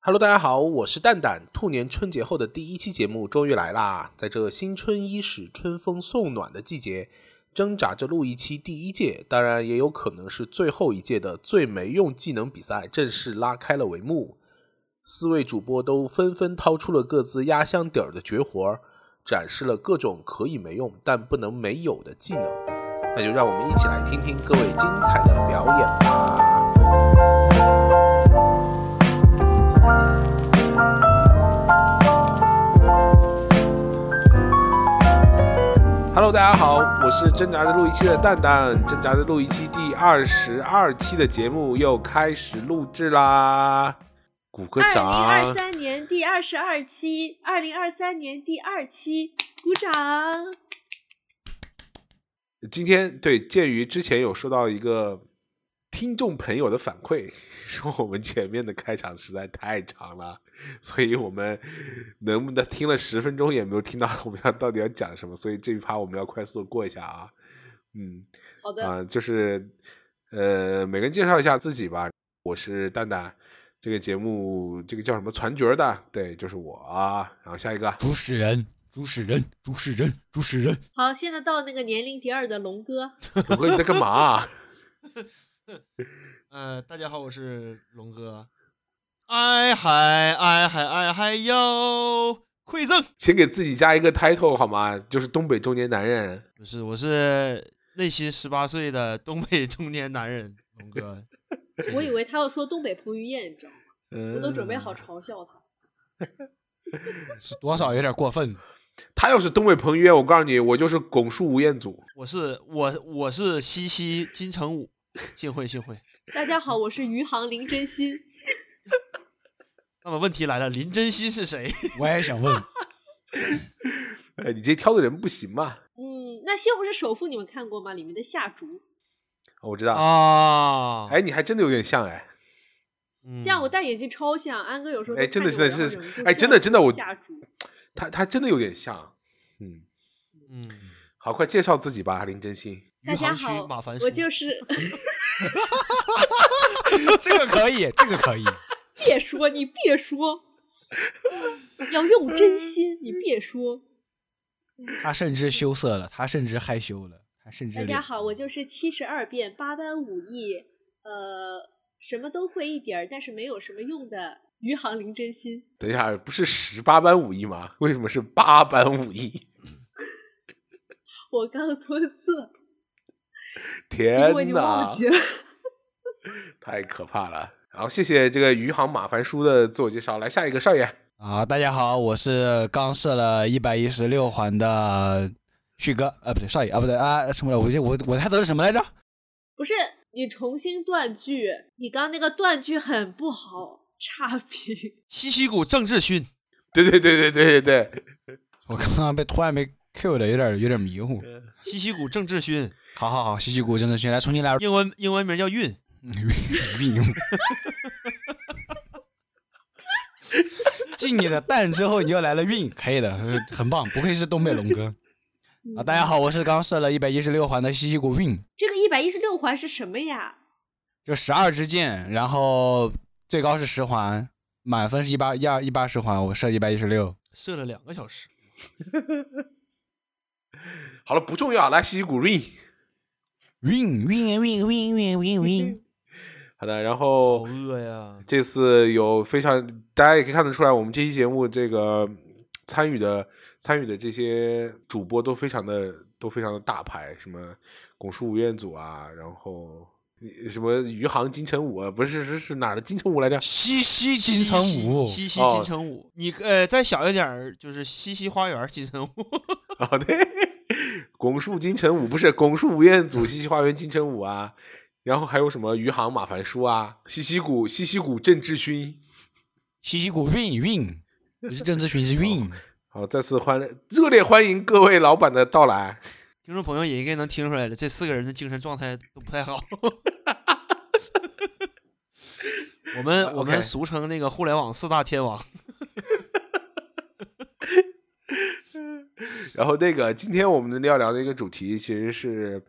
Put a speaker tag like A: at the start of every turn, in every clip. A: Hello，大家好，我是蛋蛋。兔年春节后的第一期节目终于来啦！在这新春伊始、春风送暖的季节，挣扎着录一期第一届，当然也有可能是最后一届的最没用技能比赛正式拉开了帷幕。四位主播都纷纷掏出了各自压箱底儿的绝活儿，展示了各种可以没用但不能没有的技能。那就让我们一起来听听各位精彩的表演吧。Hello，大家好，我是挣扎着录一期的蛋蛋，挣扎着录一期第二十二期的节目又开始录制啦，鼓个
B: 二零
A: 掌！
B: 二三年第二十二期，二零二三年第二期，鼓掌！
A: 今天对，鉴于之前有收到一个听众朋友的反馈， 说我们前面的开场实在太长了，所以我们能不能听了十分钟也没有听到 我们要到底要讲什么，所以这一趴我们要快速地过一下啊。嗯
B: 好的，
A: 啊、就是呃，每个人介绍一下自己吧。我是蛋蛋，这个节目这个叫什么传角儿的，对，就是我啊。然后下一个
C: 主使人，主使人，主使人，主使人，
B: 好，现在到那个年龄第二的 龙哥，
A: 龙哥你在干嘛啊、
D: 呃，大家好，我是龙哥。哎嗨哎嗨哎嗨哟！馈赠
A: 请给自己加一个 title 好吗？就是东北中年男人。
D: 不是，我是内心十八岁的东北中年男人龙哥。
B: 我以为他要说东北彭于晏，你知道 吗？
A: 嗯
B: 我都准备好。嘲笑他。
C: 是多少有点过分。
A: 他要是东北彭于晏，我告诉你，我就是拱墅吴彦祖。
D: 我是我我是西西金城武，幸会幸会。
B: 大家好，我是余杭林真心，
D: 那么问题来了，林真心是 谁？
C: 我也想问，
A: 哎，你这挑的人不行嘛？
B: 嗯，那《西红柿首富》你们看过吗？里面的夏竹，
A: 哦我知道。
D: 啊，
A: 哎，你还真的有点像哎。
D: 嗯
B: 像我戴眼镜超像，安哥有时候都
A: 哎真的
B: 看着我
A: 真的是
B: 然后忍不住
A: 哎
B: 笑
A: 真的真的我
B: 夏竹，
A: 他他真的有点像。嗯，
D: 嗯，
A: 好，快介绍自己吧，林真心。
D: 余
B: 大家
D: 杭区
B: 好
D: 马凡，叔
B: 我就是
C: 这个可以，这个可以。
B: 别说，你别说， 要用真心，你别说。
C: 他甚至羞涩了，他甚至害羞了，他甚至
B: 大家好，我就是七十二变八般武艺，呃，什么都会一点儿，但是没有什么用的余杭林真心。
A: 等一下，不是十八般武艺吗？为什么是八般武艺？
B: 我刚吞字， 其
A: 天
B: 实我已经忘
A: 哪，
B: 记了。
A: 太可怕了。然后谢谢这个余杭马凡叔的自我介绍。来下一个少爷，
C: 啊！大家好，我是刚射了一百一十六环的旭哥啊，不对，少爷啊，不对啊，什么来？我这我我他都是什么来着？
B: 不是你重新断句，你刚那个断句很不好，差评。
D: 西西谷郑智勋。
A: 对对对对对对对，
C: 我刚刚被突然被 Q 的有点有点迷糊。
D: 西西谷郑智勋，
C: 好好好，西西谷真的勋来重新来
D: 英文英文名叫韵，
C: 运用。进你的蛋之后，你又来了运，可以的，呃很棒，不愧是东北龙哥啊！大家好，我是刚射了一百一十六环的西西谷运，
B: 嗯这个一百一十六环是什么呀？
C: 就十二支箭，然后最高是十环，满分是一八一二一八十环，我射一百一十六。
D: 射了两个小时。
A: 好了，不重要。来西西古瑞。
C: 运运运运运运运，
A: 好的，然
D: 好
A: 后
D: 饿呀！
A: 这次有非常，大家也可以看得出来，我们这期节目这个参与的参与的这些主播都非常的都非常的大牌，什么拱墅吴彦祖啊，然后什么余杭金城武啊，不是是是哪儿的金城武来着？
C: 西西金城武，
D: 西西
A: 哦
D: 金城武，你呃再小一点儿就是西西花园金城武，
A: 哦，对，拱墅金城武不是拱墅吴彦祖、西溪花园金城武啊，然后还有什么余杭马凡叔啊、西溪谷西溪谷郑智勋。
C: 西西谷运运，不是郑智勋是运。
A: 好，再次欢热烈欢迎各位老板的到来。
D: 听众朋友也应该能听出来了，这四个人的精神状态都不太好。我们我
A: OK
D: 们俗称那个互联网四大天王，
A: 然后那个，今天我们要聊的一个主题其实是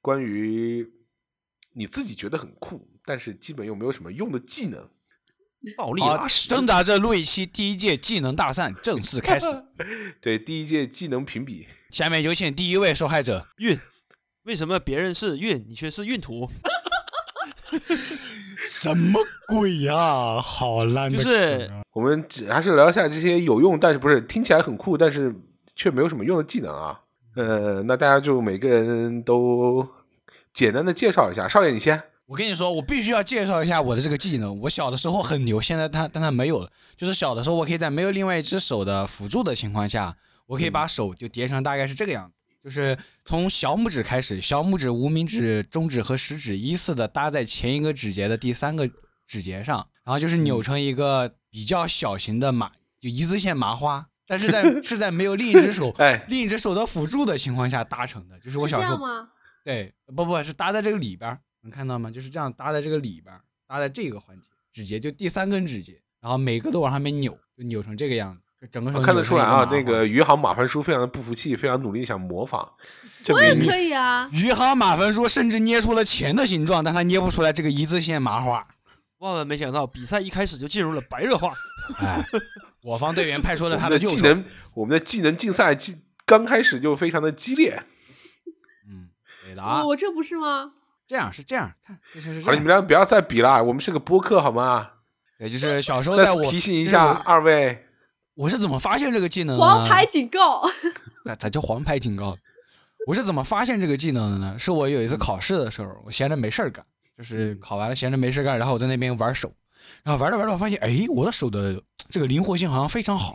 A: 关于你自己觉得很酷，但是基本又没有什么用的技能。
D: 暴力
C: 好
D: 拉，屎，
C: 挣扎着路易七第一届技能大赛正式开 始。
A: 对，第一届技能评比，
C: 下面有请第一位受害者，
D: 运。为什么别人是运，你却是运图？
C: 什么鬼呀、好烂
D: 的就是梗
A: 我们只还是聊一下这些有用，但是不是听起来很酷，但是却没有什么用的技能啊。呃，那大家就每个人都简单的介绍一下。少爷，你先。
C: 我跟你说，我必须要介绍一下我的这个技能。我小的时候很牛，现在它但它没有了。就是小的时候，我可以在没有另外一只手的辅助的情况下，我可以
B: 嗯
C: 把手就叠成大概是这个样子，就是从小拇指开始，小拇指、无名指、中指和食指依次的搭在前一个指节的第三个指节上，然后就是
B: 嗯
C: 扭成一个比较小型的麻，就一字线麻花。但 是在是在没有另一只手，
A: 哎，
C: 另一只手的辅助的情况下搭成的，就是我
B: 是这
C: 小时候
B: 样吗？
C: 对，不不是搭在这个里边儿，能看到吗？就是这样搭在这个里边儿，搭在这个环节，指节就第三根指节，然后每个都往上面扭，就扭成这个样子，就整个手
A: 我看得
C: 扭
A: 出
C: 成一
A: 来啊，
C: 麻
A: 那
C: 花
A: 个余杭马凡叔非常的不服气，非常努力想模仿，证
B: 我也
A: 明
B: 可以啊，
C: 余杭马分说，甚至捏出了钱的形状，但他捏不出来这个一字线麻花。
D: 万万没想到，比赛一开始就进入了白热化。
C: 哎，我方队员派出
A: 我
C: 了他
A: 们
C: 的
A: 的
C: 右
A: 技
C: 手，
A: 能，我们的技能竞赛竞刚开始就非常的激烈。
C: 嗯，对的啊
B: 我，我这不是吗？
C: 这样是这样，看这些是
A: 好
C: 这
A: 了，你们
C: 样，
A: 俩不要再比了，我们是个播客好吗？
C: 也就是小时候
A: 再
C: 在我嗯
A: 提醒一
C: 就是
A: 下
C: 我
A: 二位，
C: 我是怎么发现这个技能的呢？
B: 黄牌警告，
C: 咋咋叫黄牌警告？我是怎么发现这个技能的呢？是我有一次考试的时候，我闲着没事儿干，就是考完了闲着没事儿干，然后我在那边玩手，然后玩着玩着我发现，哎，我的手的这个灵活性好像非常好，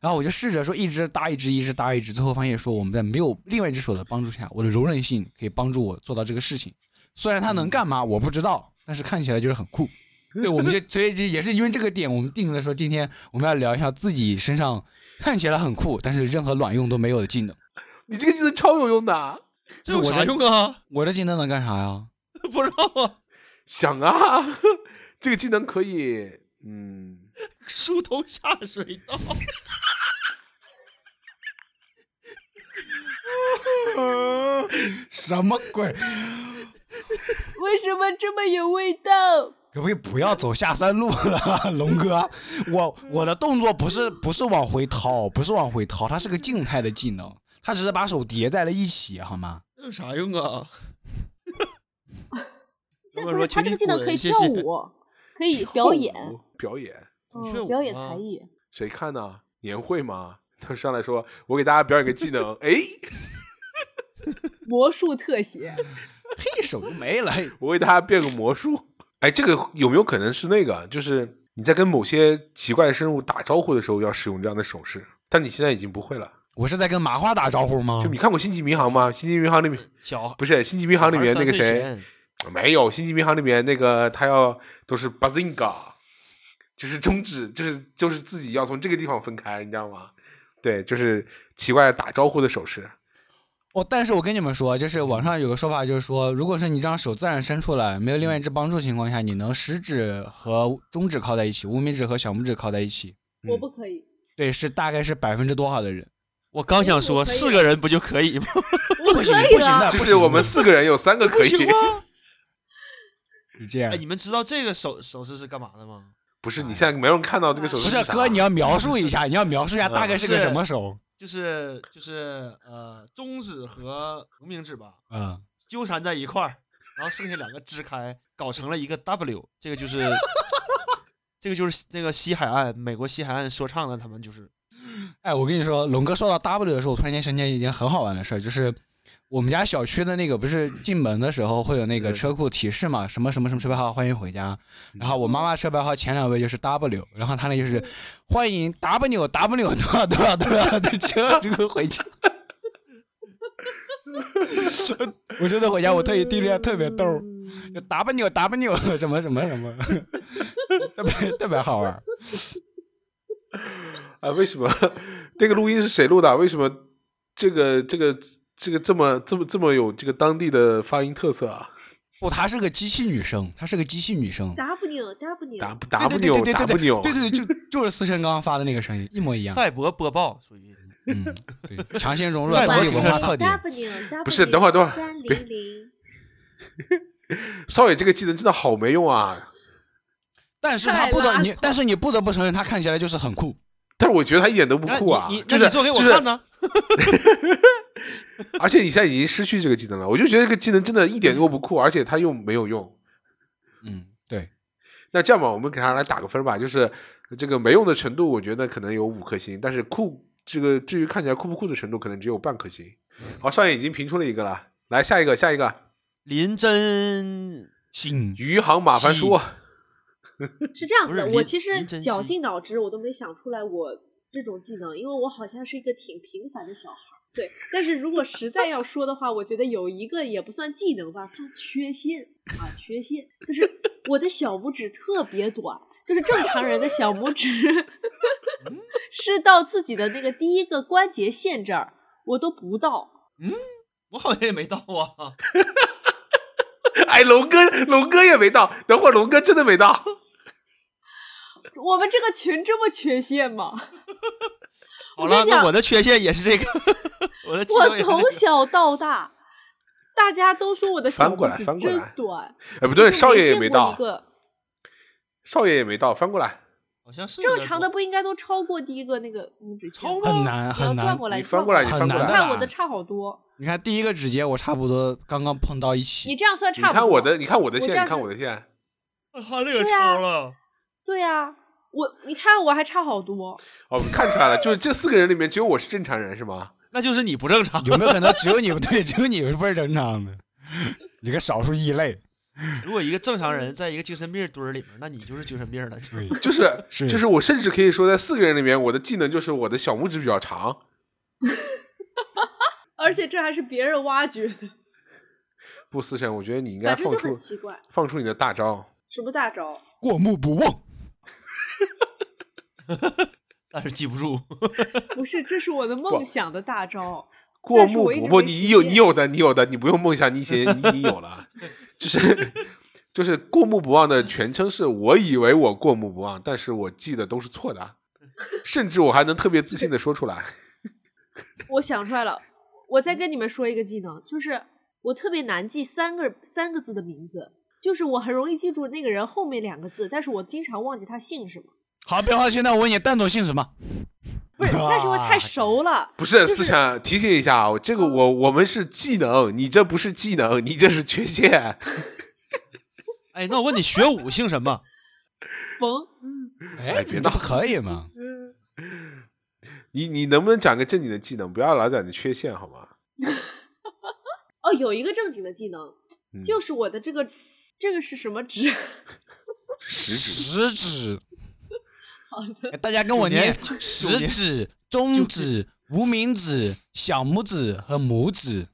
C: 然后我就试着说一直搭一只，一直搭一只，最后发现说我们在没有另外一只手的帮助下，我的柔韧性可以帮助我做到这个事情。虽然它能干嘛我不知道，但是看起来就是很酷。对，我们就所以就也是因为这个点，我们定了说今天我们要聊一下自己身上看起来很酷，但是任何卵用都没有的技能。
A: 你这个技能超有用的，
D: 这有
C: 我这
D: 啥用啊？
C: 我这技能能干啥呀？
D: 不知道啊，
A: 想啊， 这个技能可以，嗯，
D: 梳头下水道。
C: 呃什么鬼？
B: 为什么这么有味道？
C: 可不可以不要走下三路了，龙哥？我我的动作不是不是往回掏，不是往回掏，它是个静态的技能，它只是把手叠在了一起，好吗？
D: 这有啥用啊？
B: 这
D: 如果
B: 不
D: 说
B: 是他
D: 请
B: 这
D: 你
B: 个技能可以
D: 滚谢
B: 跳
D: 谢
B: 舞，可以表演，
A: 哦表演，
D: 你跳
B: 嗯，
D: 舞
B: 表演
D: 啊
B: 才艺。
A: 谁看呢？年会吗？他上来说，我给大家表演个技能， 哎，
B: 魔术特写，
C: 嗯嘿，手就没了。嘿
A: 我给大家变个魔术，哎，这个有没有可能是那个？就是你在跟某些奇怪的生物打招呼的时候要使用这样的手势，但你现在已经不会了。
C: 我是在跟麻花打招呼吗
A: 就？你看过《星际迷航》吗？《星际迷航》里面
D: 小孩
A: 不是《星际迷航》里面那个
D: 23岁
A: 谁，
D: 前，
A: 没有，《星际迷航》里面那个他要都是 bazinga，就是中指，就是就是自己要从这个地方分开，你知道吗？对，就是奇怪的打招呼的手势。
C: 哦，但是我跟你们说，就是网上有个说法，就是说，如果是你这样手自然伸出来，没有另外一只帮助情况下，你能食指和中指靠在一起，无名指和小拇指靠在一起，
B: 我
A: 嗯
B: 不可以，
C: 对，是大概是百分之多少的人？
D: 我刚想
B: 我
D: 说
B: 可以啊
D: 四个人不就可以吗？
B: 我
C: 不行
B: 可以
C: 不行的
B: 了，
A: 就是我们四个人有三个可
D: 不行
A: 以，
D: 吗？
C: 是这样
D: 哎，。你们知道这个手手势是干嘛的吗？
A: 不是？你现在没有人看到这个手
C: 不
A: 势
C: 是啊
A: 啥
C: 哥，你要描述一下，你要描述一下大概是个什么手？
D: 就是就是呃，中指和无名指吧
C: 嗯，
D: 纠缠在一块儿，然后剩下两个支开，搞成了一个 W。这个就是这个就是那个西海岸美国西海岸说唱的，他们就是
C: 哎，我跟你说，龙哥说到 W 的时候，我突然间想起来一件很好玩的事儿，就是我们家小区的那个，不是进门的时候会有那个
A: 对
C: 车库提示嘛，什么什么什么车牌号，欢迎回家。然后我妈妈车牌号前两位就是 W，然后她那就是欢迎 W W 多少多少多少的车这个回家。我这次回家，我特意定量特别逗儿。
B: 嗯
C: 就 W W 什么什么什么，特别特别好玩儿。
A: 啊？为什么 那个录音是谁录的？为什么这个这个这个这么这么这么有这个当地的发音特色啊
C: 不，哦她是个机器女生，她是个机器女生。
B: W W，
A: ？W
C: 对
A: W
C: 对对对对
A: W，
C: 对对对，就就是思辰刚刚发的那个声音，一模一样。
D: 赛博播报，属于
C: 嗯，对，强行融入
D: 在
C: 了当
D: 国
C: 地文化
D: 体
C: 特点。
B: W
A: 不是等会儿等会儿
B: 三
A: 别
B: 零零，
A: 少爷这个技能真的好没用啊！
C: 但是
B: 太
C: 他不得
B: 拉
C: 你，但是你不得不承认，他看起来就是很酷。
A: 但是我觉得他一点都不
D: 那
A: 酷啊，
D: 你你
A: 就
D: 那
A: 是
D: 你做给我
A: 就是
D: 看呢？
A: 而且你现在已经失去这个技能了，我就觉得这个技能真的一点都不酷，而且它又没有用。
C: 嗯，对，
A: 那这样吧，我们给它来打个分吧，就是这个没用的程度，我觉得可能有五颗星，但是酷这个至于看起来酷不酷的程度，可能只有半颗星。好，少爷已经评出了一个了，来下一个，下一个，
D: 林真
C: 心
A: 余杭马凡书，
B: 是这样子
D: 不
B: 的，
D: 是
B: 我
D: 您
B: 其实
D: 您珍惜
B: 绞尽脑汁，我都没想出来我这种技能，因为我好像是一个挺平凡的小孩儿。对，但是如果实在要说的话，我觉得有一个也不算技能吧，算缺陷啊，缺陷就是我的小拇指特别短，就是正常人的小拇指 是到自己的那个第一个关节线这儿，我都不到。
D: 我好像也没到啊。
A: 哎，龙哥，龙哥也没到，等会儿龙哥真的没到。
B: 我们这个群这么缺陷吗？
D: 好
B: 跟
D: 了，
B: 你讲
D: 那我的缺陷也是这个， 我的技能
B: 我
D: 也是这
B: 从
D: 个
B: 小到大，大家都说我的小
A: 翻过来
B: 拇指
A: 翻过
B: 真
A: 来
B: 短，
A: 哎，不
B: 我
A: 对，
B: 就
A: 少爷也
B: 见
A: 没
B: 过一
A: 到，
B: 个
A: 少爷也没到，翻过来，
D: 好像是有
B: 正
D: 点
B: 常
D: 多
B: 的，不应该都超过第一个那个拇指线
D: 超
B: 吗？
D: 吗
C: 很难
B: 你要转
C: 很难。
B: 过来，
A: 你
B: 转
A: 翻过来，你
B: 来
A: 翻过
C: 很
B: 你
C: 难
A: 来。
B: 看我的差好多，
C: 你看第一个指节，我差不多刚刚碰到一
B: 你
C: 起。
B: 这样算
A: 你
B: 差不多。
A: 看我的，你看我的
B: 我
A: 线，
B: 这样
A: 你看
B: 是
A: 我的线，
D: 他这个
B: 对啊
D: 超了，
B: 对啊，我你看我还差好多，
A: 哦，看出来了，就是这四个人里面只有我是正常人，是吗？
D: 那就是你不正 常。
C: 有没有可能只有你不对，只有你不是正常的， 你个少数异类。
D: 如果一个正常
B: 嗯
D: 人在一个精神病堆儿里面，那你就是精神病了。就是
C: 对，
A: 就是
C: 是
A: 就是，我甚至可以说，在四个人里面，我的技能就是我的小拇指比较长。
B: 而且这还是别人挖掘的，
A: 不，思辰，我觉得你应该
B: 反正
A: 放
B: 就
A: 出
B: 很奇怪。
A: 放出你的大招。
B: 什么大招？
C: 过目不忘。
D: 但是记不 住，
B: 不是，这是我的梦想的大招。
A: 过
B: 但是
A: 目
B: 我一
A: 不
B: 直
A: 不，
B: 没
A: 你
B: 实
A: 有
B: 现
A: 你有的，你有的，你不用梦想，你已经你已经有 了。就是就是过目不忘的全称是我以为我过目不忘，但是我记得都是错 的，甚至我还能特别自信的说出来。
B: 我想出来了，我再跟你们说一个技能，就是我特别难记三个三个字的名字，就是我很容易记住那个人后面两个字，但是我经常忘记他姓什么。
C: 好，别好奇，那我问你，蛋总姓什么？
B: 不是，那是因为太
C: 啊
B: 熟了。
A: 不是，思辰提醒一下啊，这个
B: 嗯
A: 我我们是技能，你这不是技能，你这是缺陷。
D: 哎，那我问你，学武姓什么？
B: 冯，
A: 哎
C: 哎，
A: 别
C: 你
A: 闹
C: 这不可以吗？
A: 你你能不能讲个正经的技能，不要老讲你缺陷好吗？
B: 哦，有一个正经的技能，
A: 嗯
B: 就是我的这个这个是什么值？
A: 食指。
C: 食指。
B: 好的，
C: 哎大家跟我念
D: 九：年九
C: 食
D: 年
C: 指、中指、无名指、小拇指和拇指。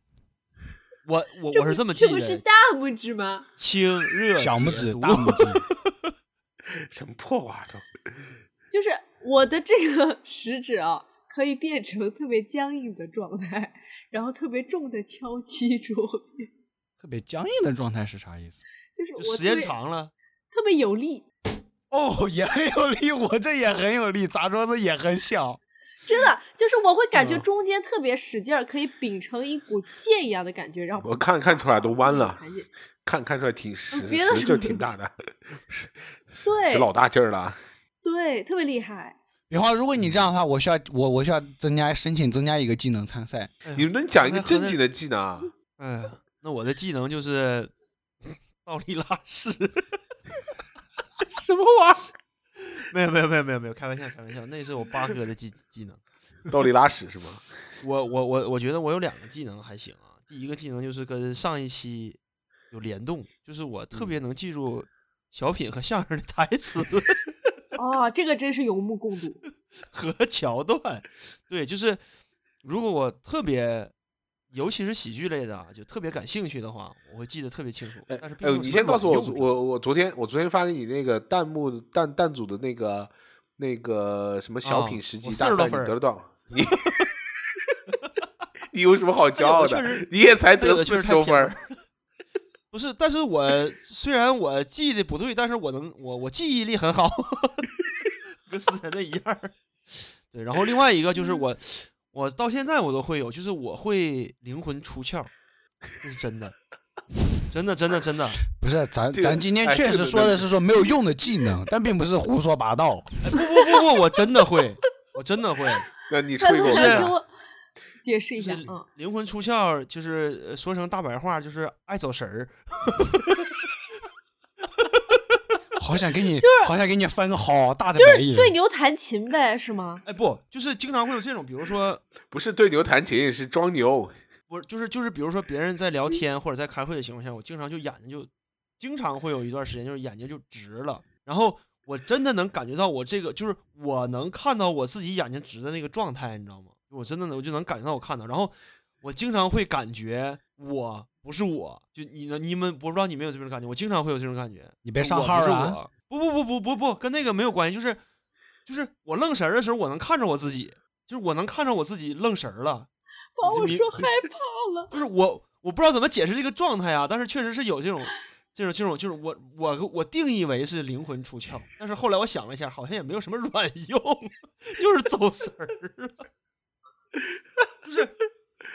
D: 我我我是这么记
B: 这不是
D: 的，
B: 大拇指吗？
D: 清热
C: 小拇
D: 解
C: 指、
D: 毒
C: 大拇指。
A: 什么破玩意儿？
B: 就是我的这个食指啊，可以变成特别僵硬的状态，然后特别重的敲击桌面，
C: 特别僵硬的状态是啥意思？
B: 就是我
D: 就时
B: 特
D: 间
B: 别
D: 长了，
B: 特别有力，
C: 哦，也很有力，我这也很有力，砸桌子也很响。
B: 真的就是我会感觉
C: 嗯
B: 中间特别使劲儿，可以秉承一股剑一样的感觉，然后
A: 我看看出来都弯了
B: 弹进去
A: 看看出来挺实，
B: 嗯别的
A: 实
B: 什
A: 劲
B: 么
A: 儿挺
B: 都
A: 大的， 使
B: 对
A: 使老大劲儿了。
B: 对，特别厉害。
C: 比方，如果你这样的话，我需要我我需要增加申请增加一个技能参赛。
A: 你们能讲一个正经
D: 的？
A: 的技能 啊？
D: 哎呀， 那我的技能就是 倒立拉屎。
A: 什么玩意
D: 没有没有没有没有没有，开玩笑开玩笑，那是我八哥的技技能。
A: 儿？倒立拉屎是吗？
D: 我我我我觉得我有两个技能还行啊。第一个技能就是跟上一期有联动，就是我特
A: 嗯
D: 别能记住小品和相声的台词
B: 哦，这个真是有目共睹。
D: 和桥段。对，就是如果我特别，尤其是喜剧类的啊，就特别感兴趣的话，我会记得特别清楚。
A: 哎
D: 但是并
A: 哎
D: 没有，
A: 你
D: 什么
A: 先告诉我，
D: 卵用
A: 我我昨天我昨天发给你那个弹幕弹弹组的那个那个什么小品
D: 啊
A: 十
D: 我
A: 级大赛，
D: 40多
A: 你
D: 分儿
A: 得了多少？你 你有什么好骄傲
D: 哎我确
A: 的
D: 实？
A: 你也才
D: 对
A: 得
D: 我
A: 四
D: 确实
A: 十
D: 太
A: 多
D: 偏
A: 分儿
D: 门，不是，但是我虽然我记得不对，但是我能，我我记忆力很好， 跟死人的一样儿。对，然后另外一个就是我，我到现在我都会有，就是我会灵魂出窍，这是真的。真的真的真的，
C: 不是，咱
A: 这个
C: 咱今天
A: 哎
C: 确
A: 这个
C: 实说的是说没有用的技能，但并不是胡说八道。
D: 哎不不不不，我真的会，我真的会，
A: 那 你吹
B: 他
A: 给我
B: 他
D: 是
A: 看
B: 想给
A: 看，
B: 我解释一
D: 就
B: 下
D: 是
B: 啊。
D: 灵魂出窍，就是呃说成大白话，就是爱走神儿。
C: 好想给你，好想给你翻个好大的
B: 就
C: 白
B: 是
C: 眼。
B: 对牛弹琴呗，是吗？
D: 哎，不，就是经常会有这种，比如说，
A: 不是对牛弹琴，是装牛。
D: 我就是就是，比如说别人在聊天或者在开会的情况下，我经常就眼睛就，经常会有一段时间就是眼睛就直了，然后我真的能感觉到我这个就是我能看到我自己眼睛直的那个状态，你知道吗？我真的能我就能感觉到我看到，然后我经常会感觉我不是我，就你们你们我不知道你们有这种感觉，我经常会有这种感觉，
C: 你别
D: 我
C: 上
D: 不
C: 号
D: 是
C: 啊！
D: 我，不不不不不不，跟那个没有关系，就是就是我愣神儿的时候，我能看着我自己，就是我能看着我自己愣神儿了，
B: 把
D: 就
B: 我
D: 明
B: 说害 怕了，
D: 就是我我不知道怎么解释这个状态啊，但是确实是有这种这种这种，就是我我我定义为是灵魂出窍，但是后来我想了一下，好像也没有什么卵用， 就是走神儿了，就是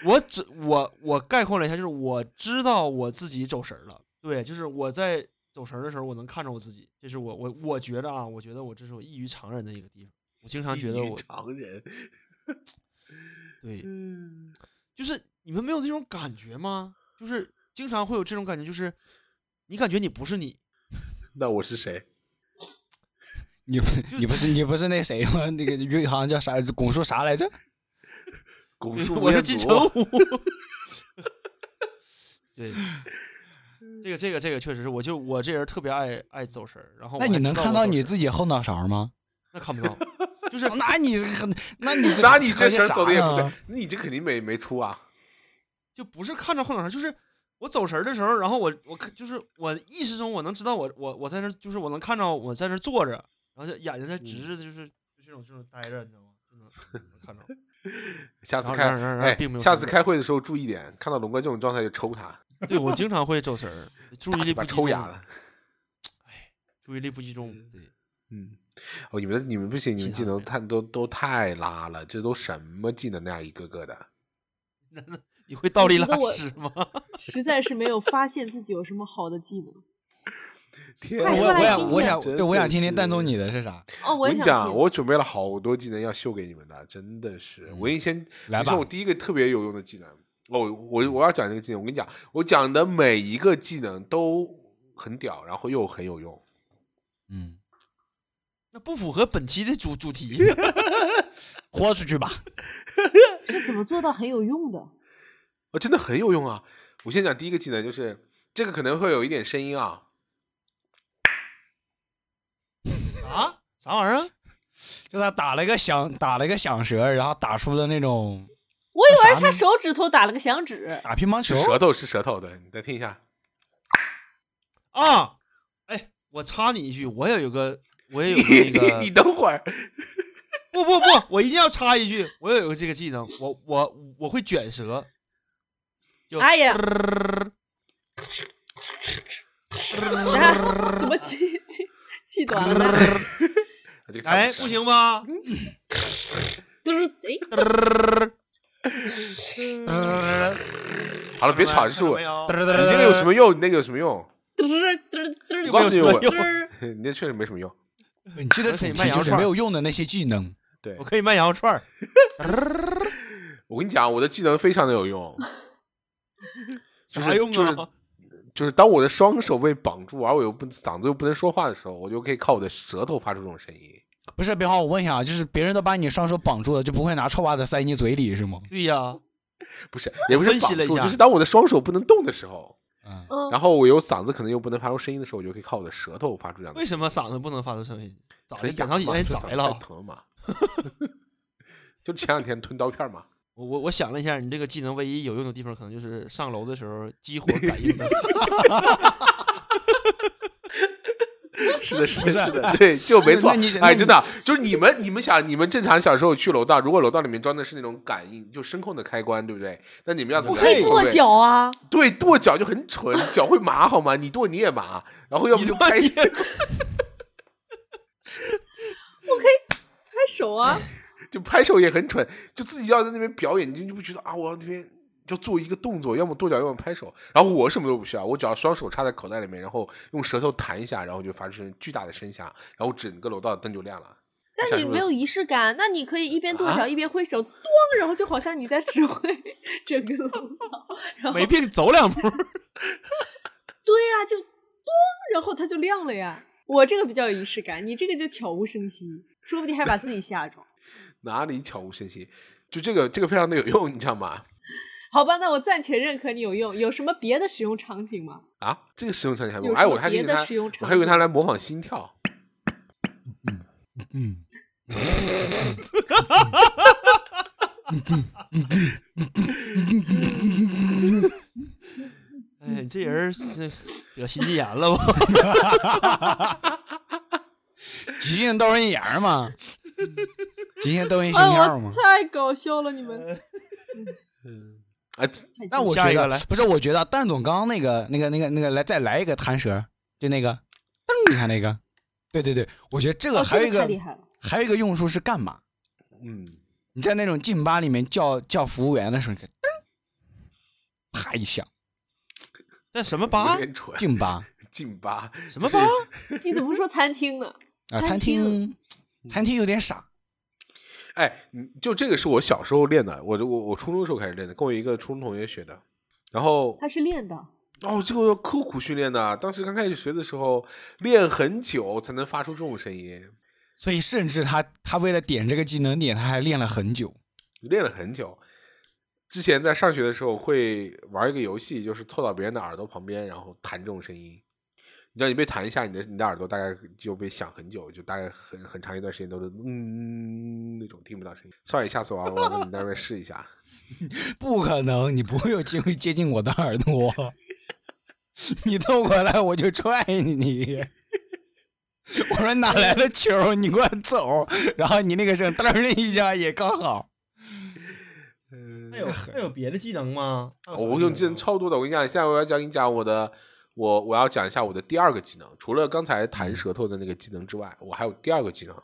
D: 我只我我概括了一下，就是我知道我自己走神儿了，对，就是我在走神儿的时候，我能看着我自己，这是我我我觉得啊，我觉得我这是我异于常人的一个地方，我经常觉得
A: 异于
D: 我
A: 常人，
D: 对。
A: 嗯，
D: 就是你们没有这种感觉吗？就是经常会有这种感觉，就是你感觉你不是你，
A: 那我是谁？
C: 你不你不是你不是那谁吗？那个余杭叫啥？拱叔啥来着？
A: 拱
D: 对
A: 墅
D: 我
A: 吴
D: 是
A: 彦
D: 金
A: 祖
D: 城武。 对，这个这个这个确实是，我就我这人特别爱爱走神儿，然后
C: 那
D: 我
C: 你
D: 还
C: 能
D: 知道
C: 看
D: 我
C: 到
D: 走
C: 你
D: 神儿
C: 自己后脑勺吗？
D: 那看不到，就是
C: 那你很，那你
A: 那你这
C: 这
A: 神走的也不
C: 啥呀
A: 对，你这肯定没没出啊。
D: 就不是看着后脑勺，就是我走神儿的时候，然后我我看就是我意识中我能知道我我我在那儿，就是我能看着我在那儿坐着，然后就眼睛在
C: 嗯
D: 直着，就是就这种这种呆着，你知道吗？就能能看着。
A: 下次
D: 然
A: 开
D: 后然后然后
A: 哎
D: 并没，有
A: 下
D: 什
A: 次
D: 么
A: 开会的时候注意点，看到龙哥这种状态就抽他，
D: 对我经常会走神儿，注
A: 大
D: 意
A: 嘴
D: 力
A: 巴
D: 不集
A: 抽
D: 中
A: 哑了。。
D: 注意力不集中，对，
A: 嗯，哦，你们的你们不行，你们技
D: 其他没
A: 能
D: 有
A: 太都都太拉了，这都什么技能那样一个个的。
D: 你会倒立
B: 觉
D: 拉
B: 得我
D: 屎吗？
B: 实在是没有发现自己有什么好的技能。
A: 天
B: 哎
A: 啊，
C: 我
B: 说
C: 我
B: 来
C: 想
B: 听
C: 我
B: 听
C: 想对我想听听蛋总
A: 你。
C: 你的是啥？
B: 哦，
A: 我
B: 也
A: 跟你
B: 想
A: 讲，
B: 听
A: 我准备了好多技能要秀给你们的，真的是。我
D: 嗯
A: 给你先，
C: 来
A: 你
C: 吧
A: 是我第一个特别有用的技能。哦，我我要讲这个技能，我跟你讲，我讲的每一个技能都很屌，然后又很有用。
C: 嗯，
D: 那不符合本期的主主题。
C: 豁出去吧！
B: 是怎么做到很有用的？
A: 哦，真的很有用啊！我先讲第一个技能，就是这个可能会有一点声音啊，
D: 啊？啥玩意儿啊？
C: 就他打了一个响，打了一个响舌，然后打出了那种
B: 我以为
C: 那啥
B: 是
C: 呢
B: 他手指头打了个响指，
C: 打乒乓
A: 是
C: 球。
D: 哦
A: 舌头，是舌头的，你再听一下。
D: 啊！哎，我插你一句，我也有个，我也有个那个，
A: 你 等会儿，啊
D: 不不不，我一定要插一句，我也有个这个技能，我我我会卷舌。就
B: 哎呀
D: 嘚
B: 啊怎么气气气短了？
A: 这个看
D: 哎，
A: 出
D: 不
A: 来，
D: 行吧？
B: 就是哎，
A: 好了，别吵，这是
D: 看到
A: 我。
D: 没
A: 你
D: 有呃
A: 那个有什么用？你那个有什么用？
B: 嘚儿嘚儿嘚儿
A: 我告诉你，我
D: 有什么
A: 你那确实没什么用。
C: 你记得主
D: 我可以卖
C: 题
D: 羊
C: 就是
D: 串儿
C: 没有用的那些技能。
A: 对
D: 我，可以卖羊肉串儿。
A: 我跟你讲，我的技能非常的有 用，就是
D: 啥用啊？
A: 就是就是当我的双手被绑住，而我又不嗓子又不能说话的时候，我就可以靠我的舌头发出这种声音。
C: 不是，别好，我问一下，啊就是别人都把你双手绑住了，就不会拿臭袜子塞你嘴里是吗？
D: 对呀、
A: 不是，也不是
D: 分析
A: 绑
D: 了一
A: 住，
D: 下
A: 就是当我的双手不能动的时候，
C: 嗯，
B: 嗯，
A: 然后我有嗓子可能又不能发出声音的时候，我就可以靠我的舌头发出这样的
D: 为。什么嗓子不能发出声音？咋
A: 可
D: 的？
A: 能痒
D: 扁桃体
A: 嘛就
D: 被
A: 嗓
D: 宰
A: 子
D: 了
A: 太？疼嘛。 就前两天吞刀片嘛，
D: 我我我想了一下，你这个技能唯一有用的地方，可能就是上楼的时候激活感应灯。
A: 是的， 是的，
C: 不是
A: 是的，对，就没错
C: 那你。那
A: 哎，
C: 你
A: 真的，就是你们，你们想，你们正常小时候去楼道，如果楼道里面装的是那种感应，就声控的开关，对不对？那你们要怎
B: 我
A: 么
B: 可以
A: 来
B: 跺，脚啊，
A: 对对，跺脚就很蠢，脚会麻好吗？你跺你也麻，然后要不
D: 你
A: 就
D: 他妈
A: 拍
D: 也
B: 拍手啊，
A: 就拍手也很蠢，就自己要在那边表演，你就你不觉得啊，我要那边就做一个动作，要么跺脚，要么拍手。然后我什么都不需要，我只要双手插在口袋里面，然后用舌头弹一下，然后就发出巨大的声响，然后整个楼道的灯就亮了。
B: 但你没有仪式感，那你可以一边跺脚
A: 啊
B: 一边挥手，咣、然后就好像你在指挥 整个楼道。然后
D: 没病走两步。
B: 对呀、就咣，然后它就亮了呀。我这个比较有仪式感，你这个就悄无声息，说不定还把自己吓着。
A: 哪里悄无声息？就这个这个非常的有用，你知道吗？
B: 好吧，那我暂且认可你有用。有什么别的使用场景吗？
A: 啊，这个使用场景还
B: 有
A: 哎，
B: 什么
A: 我还可以
B: 别
A: 用
B: 的
A: 它
B: 使用，
A: 我
B: 场
A: 还以为
B: 景
A: 它来模仿心跳。
C: 嗯，
D: 哎，你这人儿是得心肌炎了吧？
C: 急性窦人炎 嘛，急性 窦人心
B: 啊，
C: 跳嘛
B: 我。太搞笑了，你
A: 呃
B: 们。
A: 哎，
C: 那我
D: 下
C: 觉
D: 一个
C: 得
D: 来
C: 不是，我觉得蛋总刚刚那个、那个、那个、那个来再来一个弹舌，就那个噔一下那个，对对对，我觉得这个
B: 哦，
C: 还有
B: 这
C: 一
B: 个
C: 个、
B: 太厉害 了。
C: 还有一个用处是干嘛？
A: 嗯，
C: 你在那种劲吧里面叫叫服务员的时候，你看噔，啪一响，
D: 那什么
A: 有
D: 吧？
A: 点蠢，
C: 劲吧
A: 劲吧，
D: 什么
A: 就
D: 吧
A: 是？
B: 你怎么不说餐厅呢？
C: 啊，
B: 餐
C: 餐厅餐厅有点傻，
A: 哎，你就这个是我小时候练的，我我我初中的时候开始练的，跟我一个初中同学学的。然后
B: 他是练的。
A: 哦，这个要刻苦训练的，啊当时刚开始学的时候练很久才能发出这种声音，
C: 所以甚至他他为了点这个技能点，他还练了很久。
A: 练了很久。之前在上学的时候会玩一个游戏，就是凑到别人的耳朵旁边，然后弹这种声音。你知道你被弹一下，你的你的耳朵大概就被响很久，就大概很很长一段时间都是嗯那种听不到声音。少爷，下次玩玩，我你在那边试一下。
C: 不可能，你不会有机会接近我的耳朵。 你凑过来我就踹你。 我说哪来的球？你给我走！然后你那个声噔儿一下也刚好。
A: 嗯哦
D: 还有还有别的技能吗？还有啥
A: 我用技
D: 吗
A: 能超多的，我跟你讲，下回我要讲给你讲我的，我我要讲一下我的第二个技能，除了刚才弹舌头的那个技能之外，我还有第二个技能，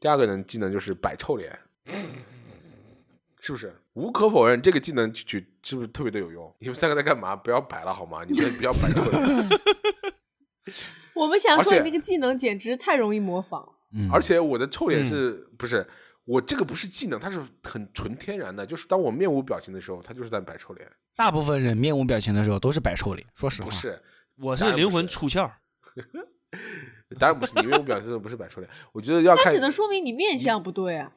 A: 第二个呢技能就是摆臭脸，是不是？无可否认，这个技能就就是不是特别的有用？你们三个在干嘛？不要摆了好吗？你们不要摆臭脸。
B: 我们想
A: 而
B: 说你
A: 且
B: 那个技能简直太容易模仿了。
C: 嗯
A: 而且我的臭脸是、不是我这个不是技能，它是很纯天然的，就是当我面无表情的时候，它就是在摆臭脸，
C: 大部分人面无表情的时候都是摆臭脸，说实话
A: 不。是。
B: 哦
D: 我
A: 当
D: 是
A: 然
D: 灵
A: 不
D: 魂
A: 是
D: 出窍，
A: 当然不是，因为我表情的不是摆臭脸，我觉得要
B: 那
A: 看
B: 只能说明你面相不对啊，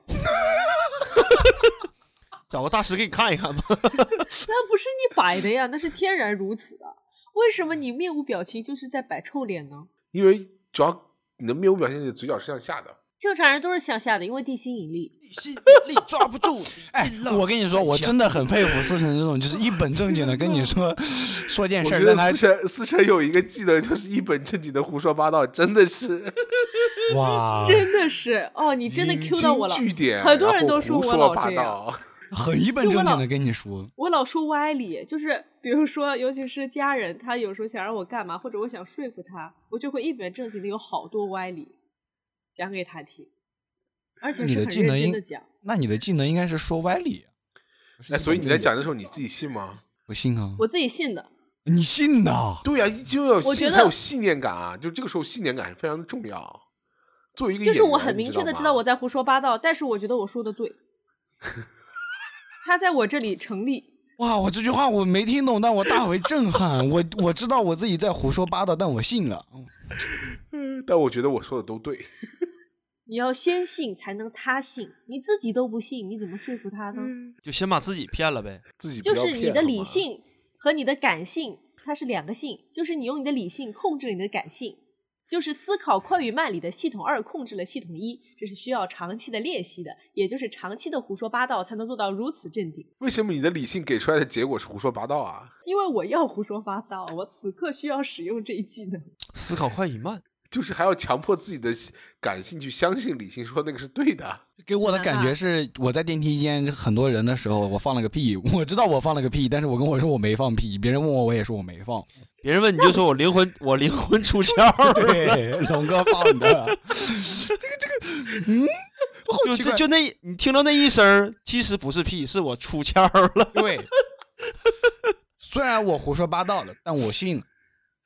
D: 找个大师给你看一看吧。
B: 那不是你摆的呀，那是天然如此啊。为什么你面无表情就是在摆臭脸呢？
A: 因为主要你的面无表情，你的嘴角是向下的。
B: 正常人都是向下的，因为地心引力。
D: 心力抓不住，
C: 哎，我跟你说，我真的很佩服思成这种，就是一本正经的跟你说说件
A: 我
C: 事
A: 觉得
C: 儿，但他
A: 思成思成有一个技能，就是一本正经的胡说八道，真的是
C: 哇，
B: 真的是哦，你真的
A: 引
B: Q
A: 啊
B: 到
A: 经
B: 我了。
A: 据典，
B: 很多人
A: 然后
B: 都说
A: 胡
B: 我
A: 说
B: 老
A: 八
B: 这样
A: 道。
C: 很一本正经的跟你说，
B: 我老说歪理，就是比如说，尤其是家人，他有时候想让我干嘛，或者我想说服他，我就会一本正经的有好多歪理讲给他听，而且
C: 你
B: 是
C: 的
B: 很
C: 技能
B: 认真
C: 应
B: 的讲。
C: 那你的技能应该是说歪理啊。
A: 哎，所以你在讲的时候，你自己信吗？
C: 不信啊？
B: 我自己信的，
A: 嗯
C: 你信呐？
A: 对呀、就要有
B: 我
A: 信
B: 觉
A: 才有
B: 得
A: 信念感啊！就这个时候，信念感是非常的重要。作为一个
B: 就是
A: 演
B: 我
A: 员
B: 很
A: 你
B: 明确的
A: 知
B: 知
A: 道
B: 道
A: 吗
B: 我在胡说八道，但是我觉得我说 的对，他在我这里成立。
C: 哇，我这句话我没听懂，但我大为震撼。我我知道我自己在胡说八道，但我信了。
A: 嗯但我觉得我说的都对。
B: 你要先信才能他信，你自己都不信，你怎么说服他呢？
D: 就先把自己骗了呗。
A: 自己不
B: 就
A: 要
B: 是你
A: 骗
B: 的
A: 好
B: 理
A: 吗
B: 性和你的感性，它是两个性，就是你用你的理性控制了你的感性，就是思考快与慢里的系统二控制了系统一，这是需要长期的练习的，也就是长期的胡说八道才能做到如此镇定。
A: 为什么你的理性给出来的结果是胡说八道啊？
B: 因为我要胡说八道，我此刻需要使用这一技能。
D: 思考快与慢，
A: 就是还要强迫自己的感性去相信理性说那个是对的。
C: 给我的感觉是，我在电梯间很多人的时候，我放了个屁。我知道我放了个屁，但是我跟我说我没放屁，别人问我我也说我没放。
D: 别人问你就说我灵魂，我灵魂出窍。
C: 对，龙哥放 的。 这个这个，嗯，好
D: 就
C: 奇怪
D: 就就那，你听到那一声儿，其实不是屁，是我出窍了。
C: 对，虽然我胡说八道了，但我信了。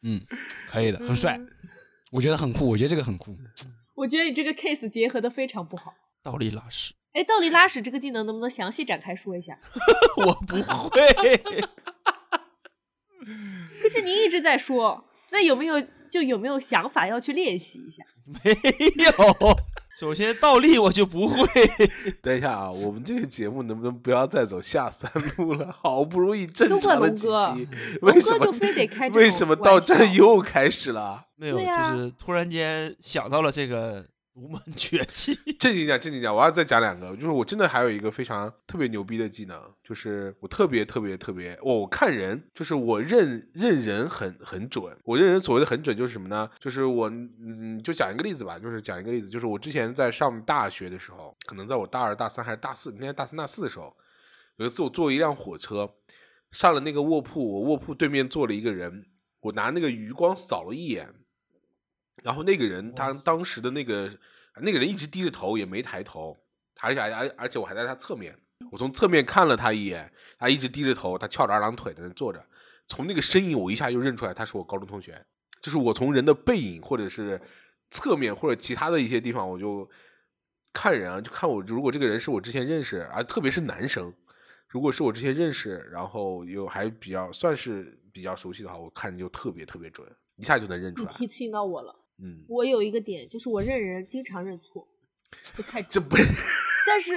C: 嗯，可以的，很帅，
B: 嗯
C: 我觉得很酷，我觉得这个很酷。
B: 我觉得你这个 case 结合的非常不好。
D: 倒立拉屎，
B: 哎，倒立拉屎这个技能能不能详细展开说一下？
D: 我不会。
B: 可是您一直在说，那有没有就有没有想法要去练习一下？
D: 没有。 首先倒立我就 不会，
A: 等一下啊，我们这个节目能不能不要再走下三路了？ 好不容易正
B: 都怪
A: 常了
B: 龙
A: 几
B: 哥
A: 期，
B: 龙
A: 为什
B: 哥
A: 么
B: 就非得开这
A: 为
B: 种
A: 什么
B: 玩
A: 到
B: 笑
A: 这儿又开始了？
D: 没有，
B: 对
D: 就
B: 呀
D: 是突然间想到了这个独门绝技，
A: 正经讲，正经讲，我要再讲两个，就是我真的还有一个非常特别牛逼的技能，就是我特别特别特别，我、我看人，就是我认认人很很准，我认人所谓的很准就是什么呢？就是我嗯，就讲一个例子吧，就是讲一个例子，就是我之前在上大学的时候，可能在我大二、大三还是大四，应该大三、大四的时候，有一次我坐一辆火车，上了那个卧铺，我卧铺对面坐了一个人，我拿那个余光扫了一眼，然后那个人他当时的那个那个人一直低着头，也没抬头，而且而而且我还在他侧面，我从侧面看了他一眼，他一直低着头，他翘着二郎腿在那坐着，从那个身影我一下就认出来他是我高中同学，就是我从人的背影或者是侧面或者其他的一些地方我就看人啊，就看我如果这个人是我之前认识啊，特别是男生，如果是我之前认识，然后又还比较算是比较熟悉的话，我看人就特别特别准，一下就能认出
B: 你
A: 来，
B: 提醒到我了，
A: 嗯。
B: 我有一个点就是我认人经常认错，不太准。
A: 这不，
B: 但是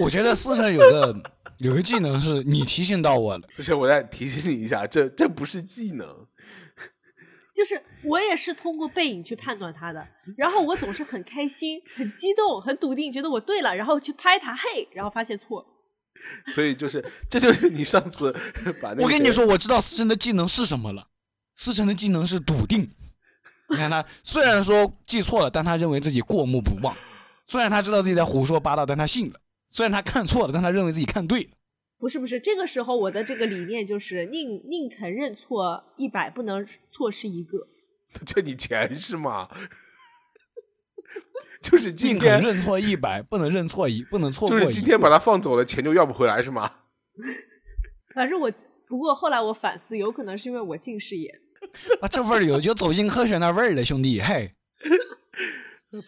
C: 我觉得四神有个有个技能是你提醒到我了，
A: 之前我再提醒你一下，这这不是技能，
B: 就是我也是通过背影去判断他的，然后我总是很开心、很激动、很笃定，觉得我对了，然后去拍他，嘿，然后发现错了。
A: 所以就是这就是你上次把那个
C: 我跟你说，我知道思成的技能是什么了。思成的技能是笃定。你看他虽然说记错了，但他认为自己过目不忘；虽然他知道自己在胡说八道，但他信了；虽然他看错了，但他认为自己看对了。
B: 不是不是，这个时候我的这个理念就是宁宁肯认错一百，不能错失一个。
A: 这你钱是吗？就是今
C: 尽可能
A: 天
C: 认错一百，不能认错一，不能错
A: 就
C: 过一
A: 是
C: 个。
A: 今天把他放走了，钱就要不回来是吗？
B: 反正我不过后来我反思，有可能是因为我近视眼。
C: 啊，这味儿有有走进科学那味儿了，兄弟，嘿，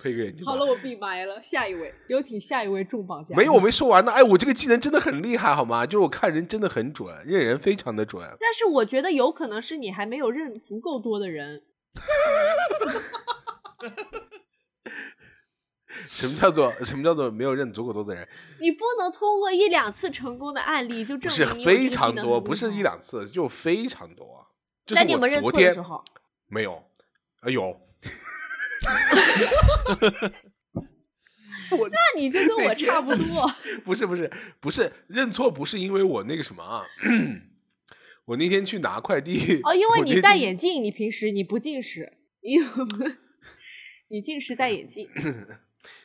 A: 配个眼镜吧。
B: 好了，我闭麦了。下一位，有请下一位重磅嘉宾。
A: 没有，我没说完呢。哎，我这个技能真的很厉害，好吗？就是我看人真的很准，认人非常的准。
B: 但是我觉得有可能是你还没有认足够多的人。
A: 什么叫做什么叫做没有认足够多的人？
B: 你不能通过一两次成功的案例就
A: 不
B: 证
A: 是
B: 明你有这
A: 非
B: 个技
A: 常
B: 能
A: 多，
B: 很
A: 不是
B: 厉
A: 一
B: 害。
A: 两次，就非常多。就是
B: 那你有
A: 我
B: 没有认
A: 昨
B: 错的
A: 天
B: 时候？
A: 没有，啊有。 我
B: 那你就跟
A: 那
B: 我
A: 天
B: 差不 多。
A: 不是不是不是认错，不是因为我那个什么啊， 我那天去拿快递
B: 哦，因为
A: 我那
B: 你
A: 天
B: 戴眼镜，你平时你不近视，你 你近视戴眼镜。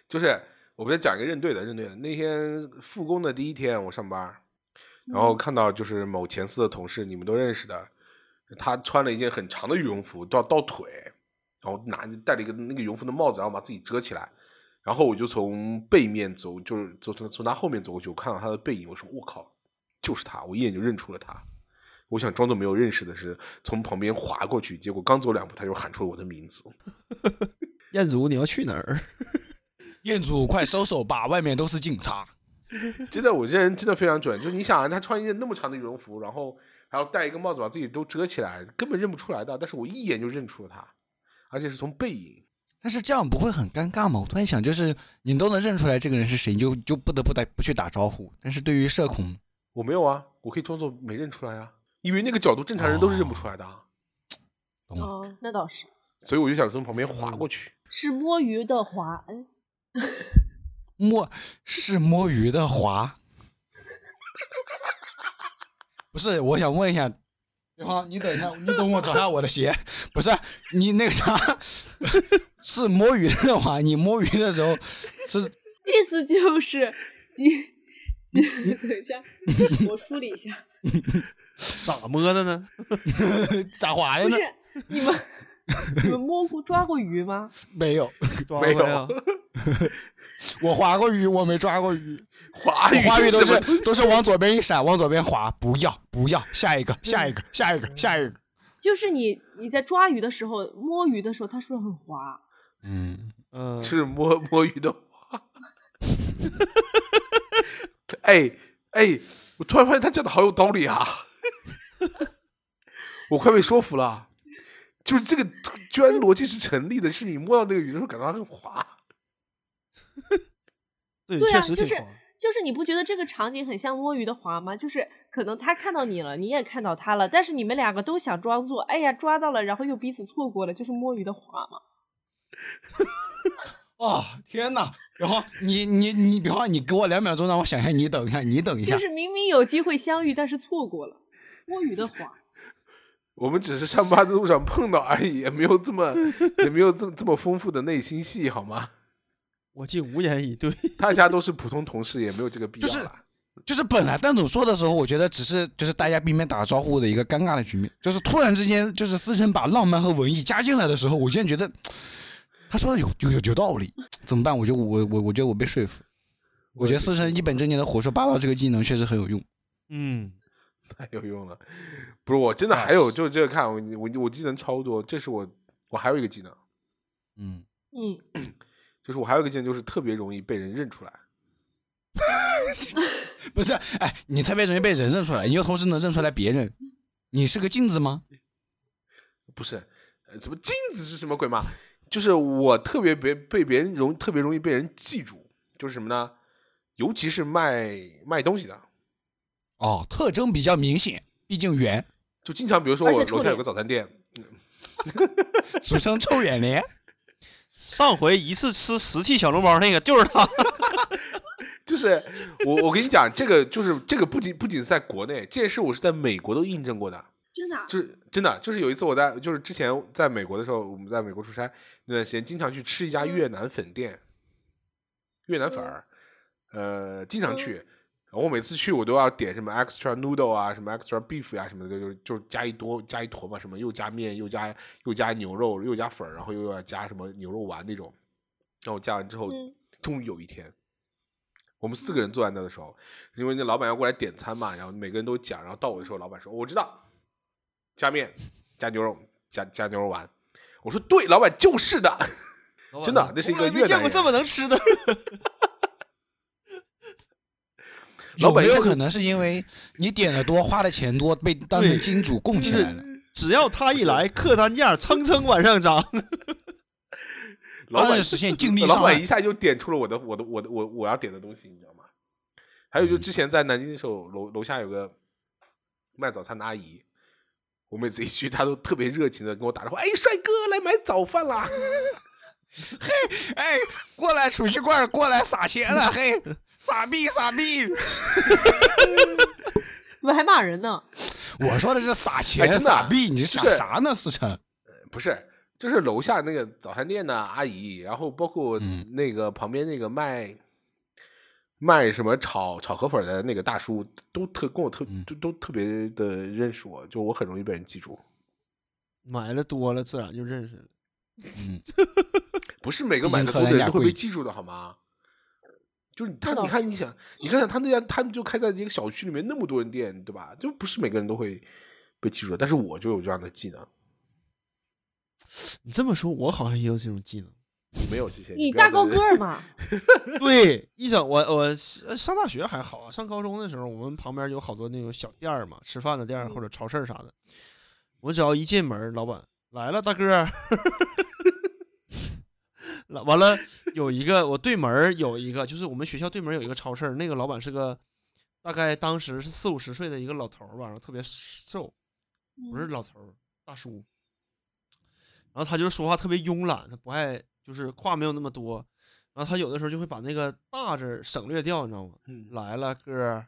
A: 就是我们再讲一个认对的，认对的。那天复工的第一天，我上班，然后看到就是某前司的同事，你们都认识的，他穿了一件很长的羽绒服到到腿，然后拿戴了一个那个羽绒服的帽子，然后把自己遮起来。然后我就从背面走，就是走从从他后面走过去，我看到他的背影，我说我靠，就是他，我一眼就认出了他。我想装作没有认识的是，从旁边划过去，结果刚走两步，他就喊出了我的名字。
D: 彦祖你要去哪儿？
C: 彦祖快收手吧，外面都是警察。
A: 真的，我这人真的非常准。就是你想啊，他穿一件那么长的羽绒服，然后还要戴一个帽子把自己都遮起来，根本认不出来的。但是我一眼就认出了他，而且是从背影。
C: 但是这样不会很尴尬吗？我突然想，就是你都能认出来这个人是谁，你就就不得不打不去打招呼。但是对于社恐，
A: 我没有啊，我可以装作没认出来啊，因为那个角度正常人都是认不出来的啊。嗯
C: 懂吗？
B: 哦，那倒是，
A: 所以我就想从旁边划过去。
B: 是摸鱼的滑。哎，
C: 摸是摸鱼的滑，不是？我想问一下，对方，你等一下，你等我找下我的鞋。不是你那个啥， 是摸鱼的滑。你摸鱼的时候是
B: 意思就是，几几，等一 下，我梳理一下。
D: 咋摸的 呢？
C: 咋滑的
B: 不
C: 呢？
B: 是 你们，你们摸过抓过鱼吗？
C: 没有，
D: 抓
A: 没
D: 过呀
A: 有，
C: 我划过鱼，我没抓过鱼，
A: 华
C: 我
A: 语
C: 划鱼都
A: 什么
C: 是都是往左边一闪，往左边划，不要不要，下一个下一个下一个下一个，
B: 就是你你在抓鱼的时候、摸鱼的时候，它是不是很滑？
C: 嗯，
D: 嗯，
A: 是摸 摸鱼的话。哎哎，我突然发现他讲的好有道理啊！ 我快被说服了，就是这个居然逻辑是成立的，是你摸到那个鱼的时候感到它很滑。
D: 对，
B: 对
D: 确
B: 啊
D: 实
B: 就
D: 挺
B: 是
D: 狂。
B: 就是你不觉得这个场景很像摸鱼的滑吗？就是可能他看到你了，你也看到他了，但是你们两个都想装作，哎呀抓到了，然后又彼此错过了，就是摸鱼的滑嘛。
C: 哦天哪！然后你你你，比方你给我两秒钟，让我想一下，你等一下，你等一下
B: 就，是明明有机会相遇，但是错过了，摸鱼的滑。
A: 我们只是上班的路上碰到而已，也没有这么也没有这么这么丰富的内心戏，好吗？
D: 我竟无言以对。
A: 大家都是普通同事，也没有这个必要
C: 就是
A: 了。
C: 就是本来蛋总说的时候，我觉得只是就是大家避免打招呼的一个尴尬的局面，就是突然之间就是思辰把浪漫和文艺加进来的时候，我竟然觉得他说的有有有有道理，怎么办？我觉得我我我觉得我被说服，我觉得思辰一本正经的胡说八道这个技能确实很有用。
D: 嗯，
A: 太有用了。不是我真的还有就是这个看我我我技能超多，这是我我还有一个技能，
C: 嗯，
B: 嗯，
A: 就是我还有一个技能就是特别容易被人认出来。
C: 不是，哎，你特别容易被人认出来，你又同时能认出来别人，你是个镜子吗？
A: 不是，呃，什么镜子是什么鬼嘛？就是我特别别被别人容特别容易被人记住，就是什么呢？尤其是卖卖东西的，
C: 哦，特征比较明显，毕竟圆，
A: 就经常比如说
B: 而
A: 我
B: 且臭
A: 楼下有
B: 脸
A: 个早餐店，
C: 俗称臭 眼帘。
D: 上回一次吃十屉小笼包那个就是他。
A: 就是我我跟你讲，这个就是这个不仅不仅是在国内，这件事我是在美国都印证过的。
B: 真的啊、
A: 就是真的，就是有一次我在，就是之前在美国的时候，我们在美国出差那段时间，经常去吃一家越南粉店，越南粉儿，呃，经
B: 嗯
A: 常去。然后我每次去，我都要点什么 extra noodle 啊，什么 extra beef 呀、什么的，就就就是加一多加一坨嘛，什么又加面，又加又加牛肉，又加粉儿，然后又要加什么牛肉丸那种。然后加完之后，
B: 嗯
A: 终于有一天，我们四个人坐在那的时候，因为那老板要过来点餐嘛，然后每个人都讲，然后到我的时候，老板说：“我知道，加面，加牛肉，加加牛肉丸。”我说：“对，老板就是的。真的啊那是一个
D: 从来没
A: 越南
D: 见过
A: 人
D: 这么能吃的。
A: 老
C: 有
A: 板
C: 没
A: 应
C: 有
A: 该是
C: 可能是因为你点的多，花的钱多，被当成金主供起 来了？
D: 只要他一来，客单价蹭蹭往上涨。
A: 老
C: 当
A: 板
C: 然实现净利
A: 老
C: 上
A: 板一
C: 万。
A: 下就点出了我的我的我的我我要点的东西，你知道吗？还有就
C: 嗯
A: 之前在南京的时候，楼楼下有个卖早餐的阿姨，我每次一去，她都特别热情的跟我打招呼：“哎，帅哥，来买早饭啦！”
C: 哎，过来储蓄罐，过来撒钱了，嘿，傻逼傻逼！
B: 怎么还骂人呢？
C: 我说的是撒
A: 哎
C: 钱、
A: 真的
C: 傻逼，你想
A: 就是
C: 啥呢，思成？
A: 不是，就是楼下那个早餐店的阿姨，然后包括
C: 嗯
A: 那个旁边那个卖、卖什么炒炒河粉的那个大叔，都特跟我特、
C: 嗯
A: 都都特别的认识我，就我很容易被人记住。
D: 买的多了，自然就认识了。
C: 嗯，
A: 不是每个
C: 毕竟
A: 买的
C: 客
A: 多的
C: 单
A: 人
C: 价
A: 都会被
C: 贵
A: 记住的，好吗？就是他，
B: 那倒
A: 你看，你想，你看他那家，他们就开在一个小区里面，那么多人店，对吧？就不是每个人都会被记住的，但是我就有这样的技能，
D: 你这么说，我好像也有这种技能。
A: 你没有这些。
B: 你
A: 不要
B: 大高
A: 在
B: 个儿嘛，
D: 对，一整我我是呃上大学还好啊，上高中的时候，我们旁边有好多那种小店儿嘛，吃饭的店儿或者超市儿啥的。我只要一进门儿，老板来了，大哥儿。 老完了，有一个我对门儿有一个，就是我们学校对门儿有一个超市儿，那个老板是个大概当时是四五十岁的一个老头儿吧，然后特别瘦，不是老头儿，大叔。然后他就是说话特别慵懒，他不爱就是话没有那么多，然后他有的时候就会把那个大字儿省略掉，你知道吗？
A: 嗯
D: 来了哥儿，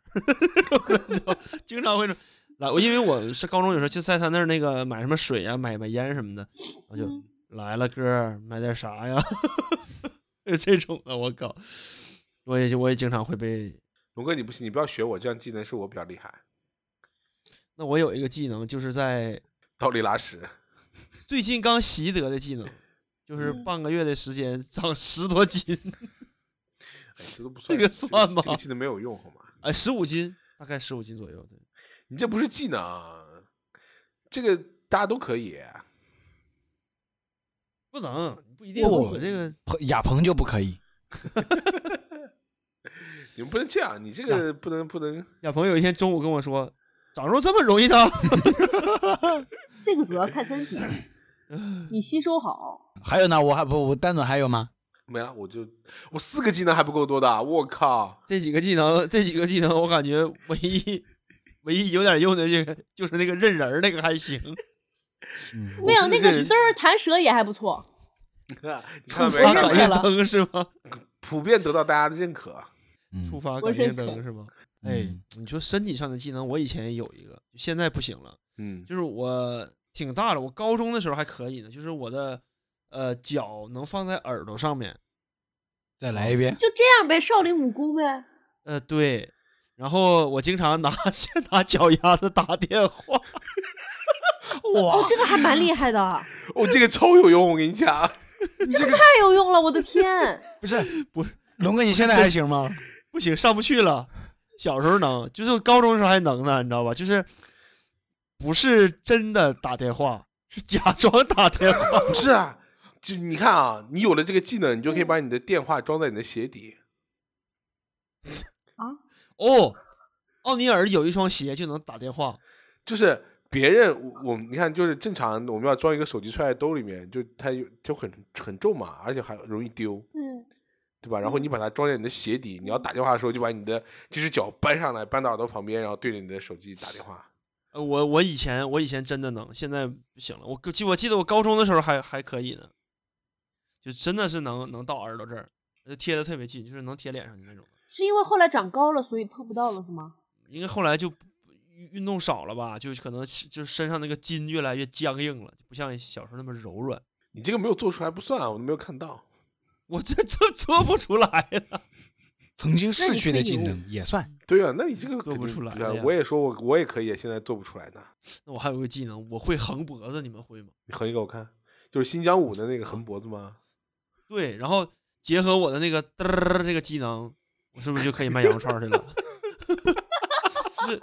D: 就经常会说来，我因为我是高中有时候就在他那儿那个买什么水啊，买买烟什么的，我就、
B: 嗯
D: 来了哥儿，买点啥呀？ 就这种的，我靠，我也我也经常会被。
A: 龙哥，你不行，你不要学我，这样技能是我比较厉害。
D: 那我有一个技能，就是在
A: 倒立拉屎，
D: 最近刚习得的技能，就是
B: 嗯
D: 半个月的时间长十多斤。
A: 哎，这都不算
D: 这个算
A: 这
D: 吗
A: 这个技能没有用好吗？
D: 哎，十五斤，大概十五斤左右。对，
A: 你这不是技能，这个大家都可以。
D: 不能，不一定。
C: 不
D: 我这个
C: 彭亚鹏就不可以，
A: 你们不能这样，你这个不能不能。
D: 亚鹏有一天中午跟我说，长肉这么容易的？
B: 这个主要看 身体，你吸收好。
C: 还有呢，我还不我单暖还有吗？
A: 没了，我就我四个技能还不够多的，啊我靠！
D: 这几个技能，这几个技能，我感觉唯一唯一有点用的这个就是那个认人儿那个还行，
C: 嗯，
B: 没有
A: 是
B: 那个
A: 这
B: 嘚儿弹舌也还不 错，
A: 你看
D: 触
A: 到没？
B: 我认
D: 发感
B: 可
D: 应
B: 了
D: 灯是吗？
A: 普遍得到大家的认可。
C: 嗯
D: 触发
B: 我
D: 感应
B: 认可
D: 灯是吗？哎
C: 嗯，
D: 你说身体上的技能，我以前有一个，现在不行了。
A: 嗯
D: 就是我挺大了，我高中的时候还可以呢，就是我的呃脚能放在耳朵上面，
C: 再来一遍。
B: 就这样呗，少林武功呗。
D: 呃对，然后我经常拿 先拿脚丫子打电话，
B: 哦，这个还蛮厉害 的，
A: 我、哦这个超有用，我跟你讲，
B: 这个太有用了，我的 天！
C: 不是
D: 不是，
C: 龙哥，你现在还行吗？
D: 不行上不去了。小时候能，就是高中的时候还能呢，你知道吧？就是不是真的打电话，是假装打电话。
A: 不是啊？就你看啊，你有了这个技能，你就可以把你的电话装在你的鞋底。
D: 哦，奥尼尔有一双鞋就能打电话，
A: 就是别人我我们你看，就是正常我们要装一个手机揣在兜里面，就它有就很很重嘛，而且还容易丢，
B: 嗯，
A: 对吧？然后你把它装在你的鞋底，你要打电话的时候就把你的这只脚搬上来，搬到耳朵旁边，然后对着你的手机打电话。
D: 呃，我我以前我以前真的能，现在不行了。我记我记得我高中的时候还还可以呢，就真的是能能到耳朵这儿，就贴的特别近，就是能贴脸上去那种。
B: 是因为后来长高了，所以碰不到了是吗？
D: 因为后来就不运运动少了吧，就可能是就是身上那个筋越来越僵硬了，就不像小时候那么柔软。
A: 你这个没有做出来不算啊，我都没有看到。
D: 我这这做不出来了，
C: 曾经逝去的技
B: 那你
C: 能也 算。
A: 对啊，那你这个
D: 做不
A: 肯定
D: 出来
A: 对啊
D: 了呀
A: 我也说我我也可以，现在做不出来呢。
D: 那我还有个技能，我会横脖子，你们会吗？
A: 你横一个我看，就是新疆舞的那个横脖子吗？
D: 对，然后结合我的那个嘚儿这个技能，我是不是就可以卖羊肉串儿去了？ 是，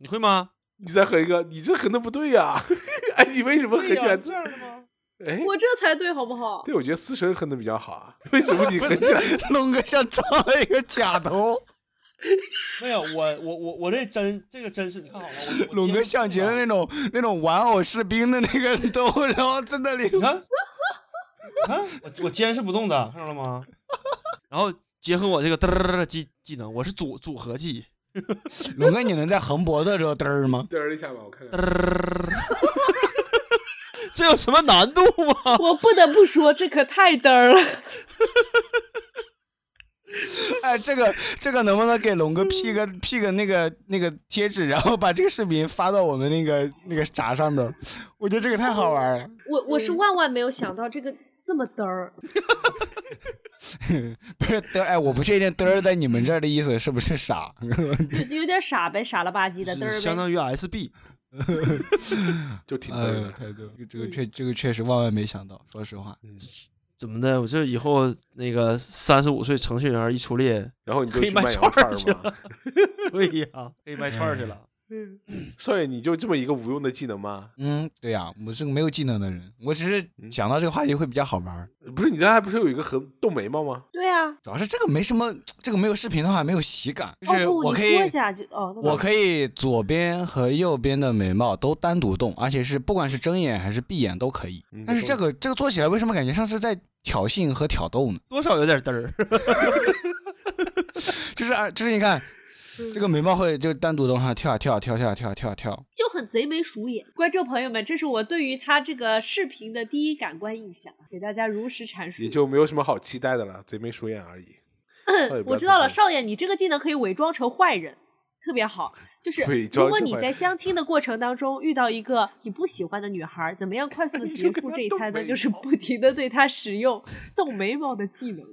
D: 你会吗？
A: 你再横一个，你这横的不对呀、 哎，你为什么横起来？
D: 样的吗？
A: 哎，
B: 我这才对，好不好？
A: 对，我觉得思神横的比较好啊。 为什 么你横起来？
C: 龙哥像装了一个假 头，
D: 没有，我我我我这真这个真是你看好了，我我
C: 龙
D: 接
C: 哥
D: 不
C: 像
D: 住
C: 极了
D: 了
C: 那 种那种玩偶士兵的那个 兜，然后在那 里
D: 你看，你看，我我肩是不动的，看到了吗？ 然后结合我这个嘚儿的技技能，我是组组合技，
C: 龙哥，你能在横脖子的时候嘚儿 吗？
A: 嘚儿一下吧，我看
D: 嘚
A: 看。
D: 儿， 这有什么难度
C: 啊
D: 吗？
B: 我不得不说，这可太嘚儿 了。
C: 哎，这个这个能不能给龙哥 P 个 P 个那个那个贴纸，然后把这个视频发到我们那个那个啥上面？我觉得这个太好玩了。
B: 我我是万万没有想到这个这么嘚儿，
C: 不是嘚儿，哎，我不确定嘚儿在你们这儿的意思是不是傻？
B: 就有点傻呗，傻了吧唧的嘚
D: 是相
B: 儿呗。
D: 当于 SB，
A: 就挺嘚儿
C: 呃，
A: 的。
C: 太对，这个确这个确实万万没想到，说实话。
A: 嗯
D: 怎么的？我这以后那个三十五岁程序员一出列，
A: 然后你就
D: 可以
A: 去
D: 卖
A: 卖羊肉
D: 串
A: 串
D: 儿
A: 儿
D: 去
A: 吗？
D: 对呀、可以卖串儿去了。
B: 嗯
A: 所以你就这么一个无用的技能吗？
C: 嗯，对呀、我是个没有技能的人，我只是想到这个话题会比较好玩儿。
A: 不是，你刚才不是有一个横动眉毛吗？
B: 对啊，
C: 主要是这个没什么，这个没有视频的话没有喜感，就是
B: 哦不，
C: 我
B: 你
C: 可
B: 说
C: 以
B: 一下就哦，那倒
C: 我可以左边和右边的眉毛都单独动，而且是不管是睁眼还是闭眼都可以
A: 嗯。
C: 但是这个这个做起来为什么感觉像是在挑衅和挑逗呢？
D: 多少有点嘚 儿，
C: 就是啊，就是你看，这个眉毛会就单独动，哈，跳啊跳啊跳啊跳啊跳啊跳啊跳啊。
B: 就很贼眉鼠眼。观众朋友们，这是我对于他这个视频的第一感官印象，啊给大家如实阐述
A: 也。就没有什么好期待的了，贼眉鼠眼而已。少哎爷不要
B: 我知道了，
A: 太
B: 少爷，你这个技能可以伪装成坏人，特别好。就是
A: 伪装
B: 如果
A: 成
B: 你
A: 坏
B: 在
A: 人
B: 相亲的过程当中遇到一个你不喜欢的女孩，怎么样快速 的结
A: 跟
B: 束
A: 她
B: 这一
A: 动
B: 餐呢？
A: 眉
B: 就是
A: 毛
B: 不停的对她使用动眉毛的技能，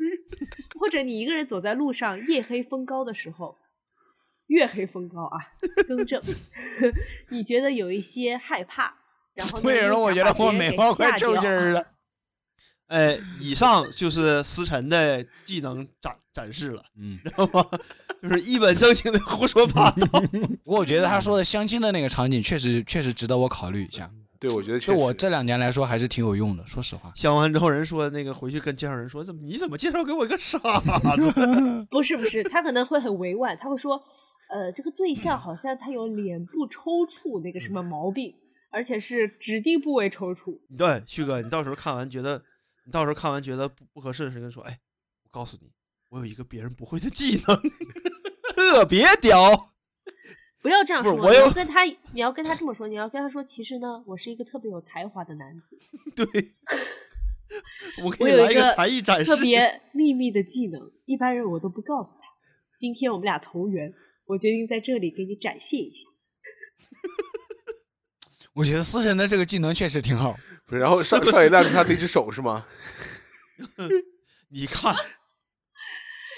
B: 或者你一个人走在路上，夜黑风高的时候。月黑风高啊，更正， 你觉得有一些害怕，然后呢
C: 为什
B: 又
C: 么
B: 想
C: 我觉
B: 把
C: 得
B: 别
C: 我
B: 人
C: 眉
B: 给
C: 毛
B: 吓
C: 快抽
B: 掉
C: 筋儿了？
D: 呃，以上就是思辰的技能展展示了，
C: 嗯，
D: 知道吗？ 就是一本正经的胡说八 道。
C: 不过我觉得他说的相亲的那个场景确实确实值得我考虑一下，
A: 对，我觉得确
C: 对我
A: 实
C: 这两年来说还是挺有用的，说实话。
D: 讲完之后，人说那个回去跟介绍人说，怎么你怎么介绍给我一个傻子？
B: 不是不是，他可能会很委婉，他会说，呃，这个对象好像他有脸部抽搐那个什么毛病，而且是指定部位抽搐。
D: 对，旭哥，你到时候看完觉得，你到时候看完觉得不不合适的时候，跟说，哎，我告诉你，我有一个别人不会的技能， 特别屌。
B: 不要这样
D: 不
B: 说，
D: 是我
B: 你
D: 有
B: 要跟他，你要跟他这么说，你要跟他说，其实呢，我是一个特别有才华的男子，
D: 对，我给
B: 我
D: 你
B: 有
D: 来
B: 个
D: 才艺展示
B: 特。别秘密的技能，一般人我都不告诉他。今天我们俩投缘，我决定在这里给你展现一下。
C: 我觉得思辰的这个技能确实挺好，
A: 不是。然后少少爷亮出他的一只手是吗？
D: 你看，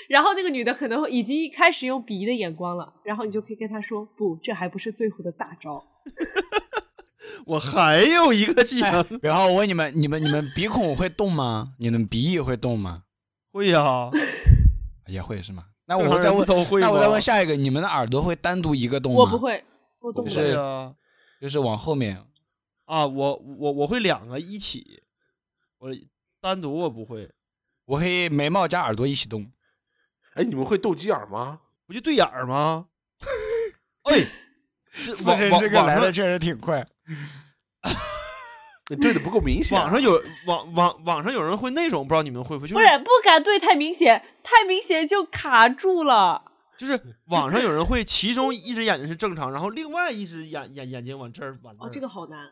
B: 然后那个女的可能已经开始用鄙夷的眼光了，然后你就可以跟她说，不，这还不是最后的大招。
D: 我还有一个
B: 哎
D: 技能，
C: 然后我问你们，你们你们鼻孔会动吗？你们鼻翼会动吗？
D: 会呀、
C: 也会是吗？那
D: 正常
C: 我再
D: 人
C: 问，
D: 都会
C: 那我再
D: 吗
C: 问下一个，你们的耳朵会单独一个动吗？
B: 我不，会，我动不
C: 不是
B: 了。
D: 对呀，
C: 就是往后面。
D: 啊，我我我会两个一起，我单独我不会，
C: 我可以眉毛加耳朵一起动。
A: 哎，你们会斗鸡眼吗？
D: 不就对眼儿吗？哎， 是
C: 思
D: 网
C: 辰
D: 网
C: 这个
D: 网
C: 来的
D: 上
C: 确实挺快。
A: 你对的不够明显。
D: 网上有网网网上有人会那种，不知道你们会不会？就
B: 不是不敢对太明显，太明显就卡住了。
D: 就是网上有人会，其中一只眼睛是正常，然后另外一只眼眼眼睛往这儿往那
B: 哦，
D: 儿
B: 这个好难。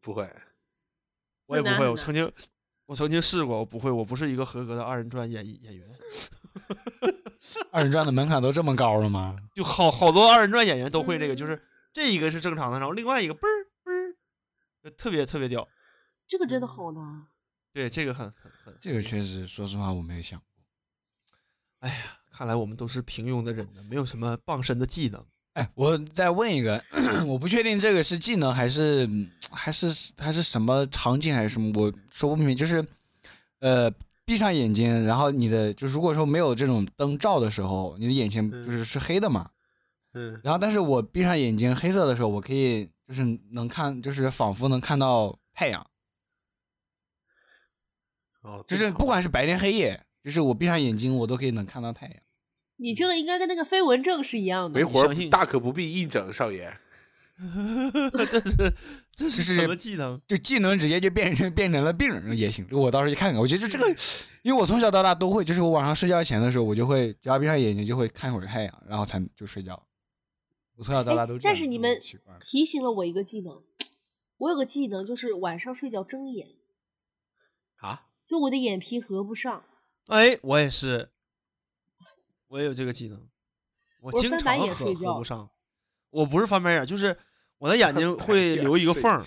A: 不会，
D: 我也不
B: 很难
D: 会，
B: 很难
D: 我曾经我曾经试过，我不会，我不是一个合格的二人转演演员。
C: 二人转的门槛都这么高了吗？
D: 就 好好多二人转演员都会这个，
B: 嗯
D: 就是这一个是正常的，然后另外一个嘣儿嘣儿，就特别特别屌。
B: 这个
D: 嗯
B: 真的好难。
D: 对，这个很很很，
C: 这个确实，说实话我没有想。
D: 哎呀，看来我们都是平庸的人呢，没有什么傍身的技能。
C: 哎，我再问一个， 我不确定这个是技能还是还是还是什么场景还是什么，我说不明白。就是，呃，闭上眼睛，然后你的就如果说没有这种灯照的时候，你的眼前
A: 嗯
C: 就是是黑的嘛。
A: 嗯，
C: 然后，但是我闭上眼睛黑色的时候，我可以就是能看，就是仿佛能看到太阳，
A: 哦，
C: 就是
A: 正常
C: 不管是白天黑夜，就是我闭上眼睛，我都可以能看到太阳。
B: 你这个应该跟那个飞蚊症是一样的
A: 没。活
D: 相信
A: 儿，大可不必一整，少爷。
D: 这是这是
C: 就是
D: 什么技能？
C: 就技能直接就变成变成了病人也行，我到时候去看看。我觉得这个，因为我从小到大都会，就是我晚上睡觉前的时候，我就会只要闭上眼睛就会看会儿太阳，然后才就睡觉。我从小到大都
B: 哎
C: 这样
B: 但是你们
C: 习惯了
B: 提醒了我一个技能，我有个技能就是晚上睡觉睁眼，
A: 啊，
B: 就我的眼皮合不上，
D: 哎，我也是，我也有这个技能，我
B: 我
D: 经
B: 翻白
D: 常
B: 眼
D: 合
B: 睡
D: 合
B: 觉
D: 不上。我不是翻白眼，就是我 的眼睛
A: 哎
D: 会留一个缝儿，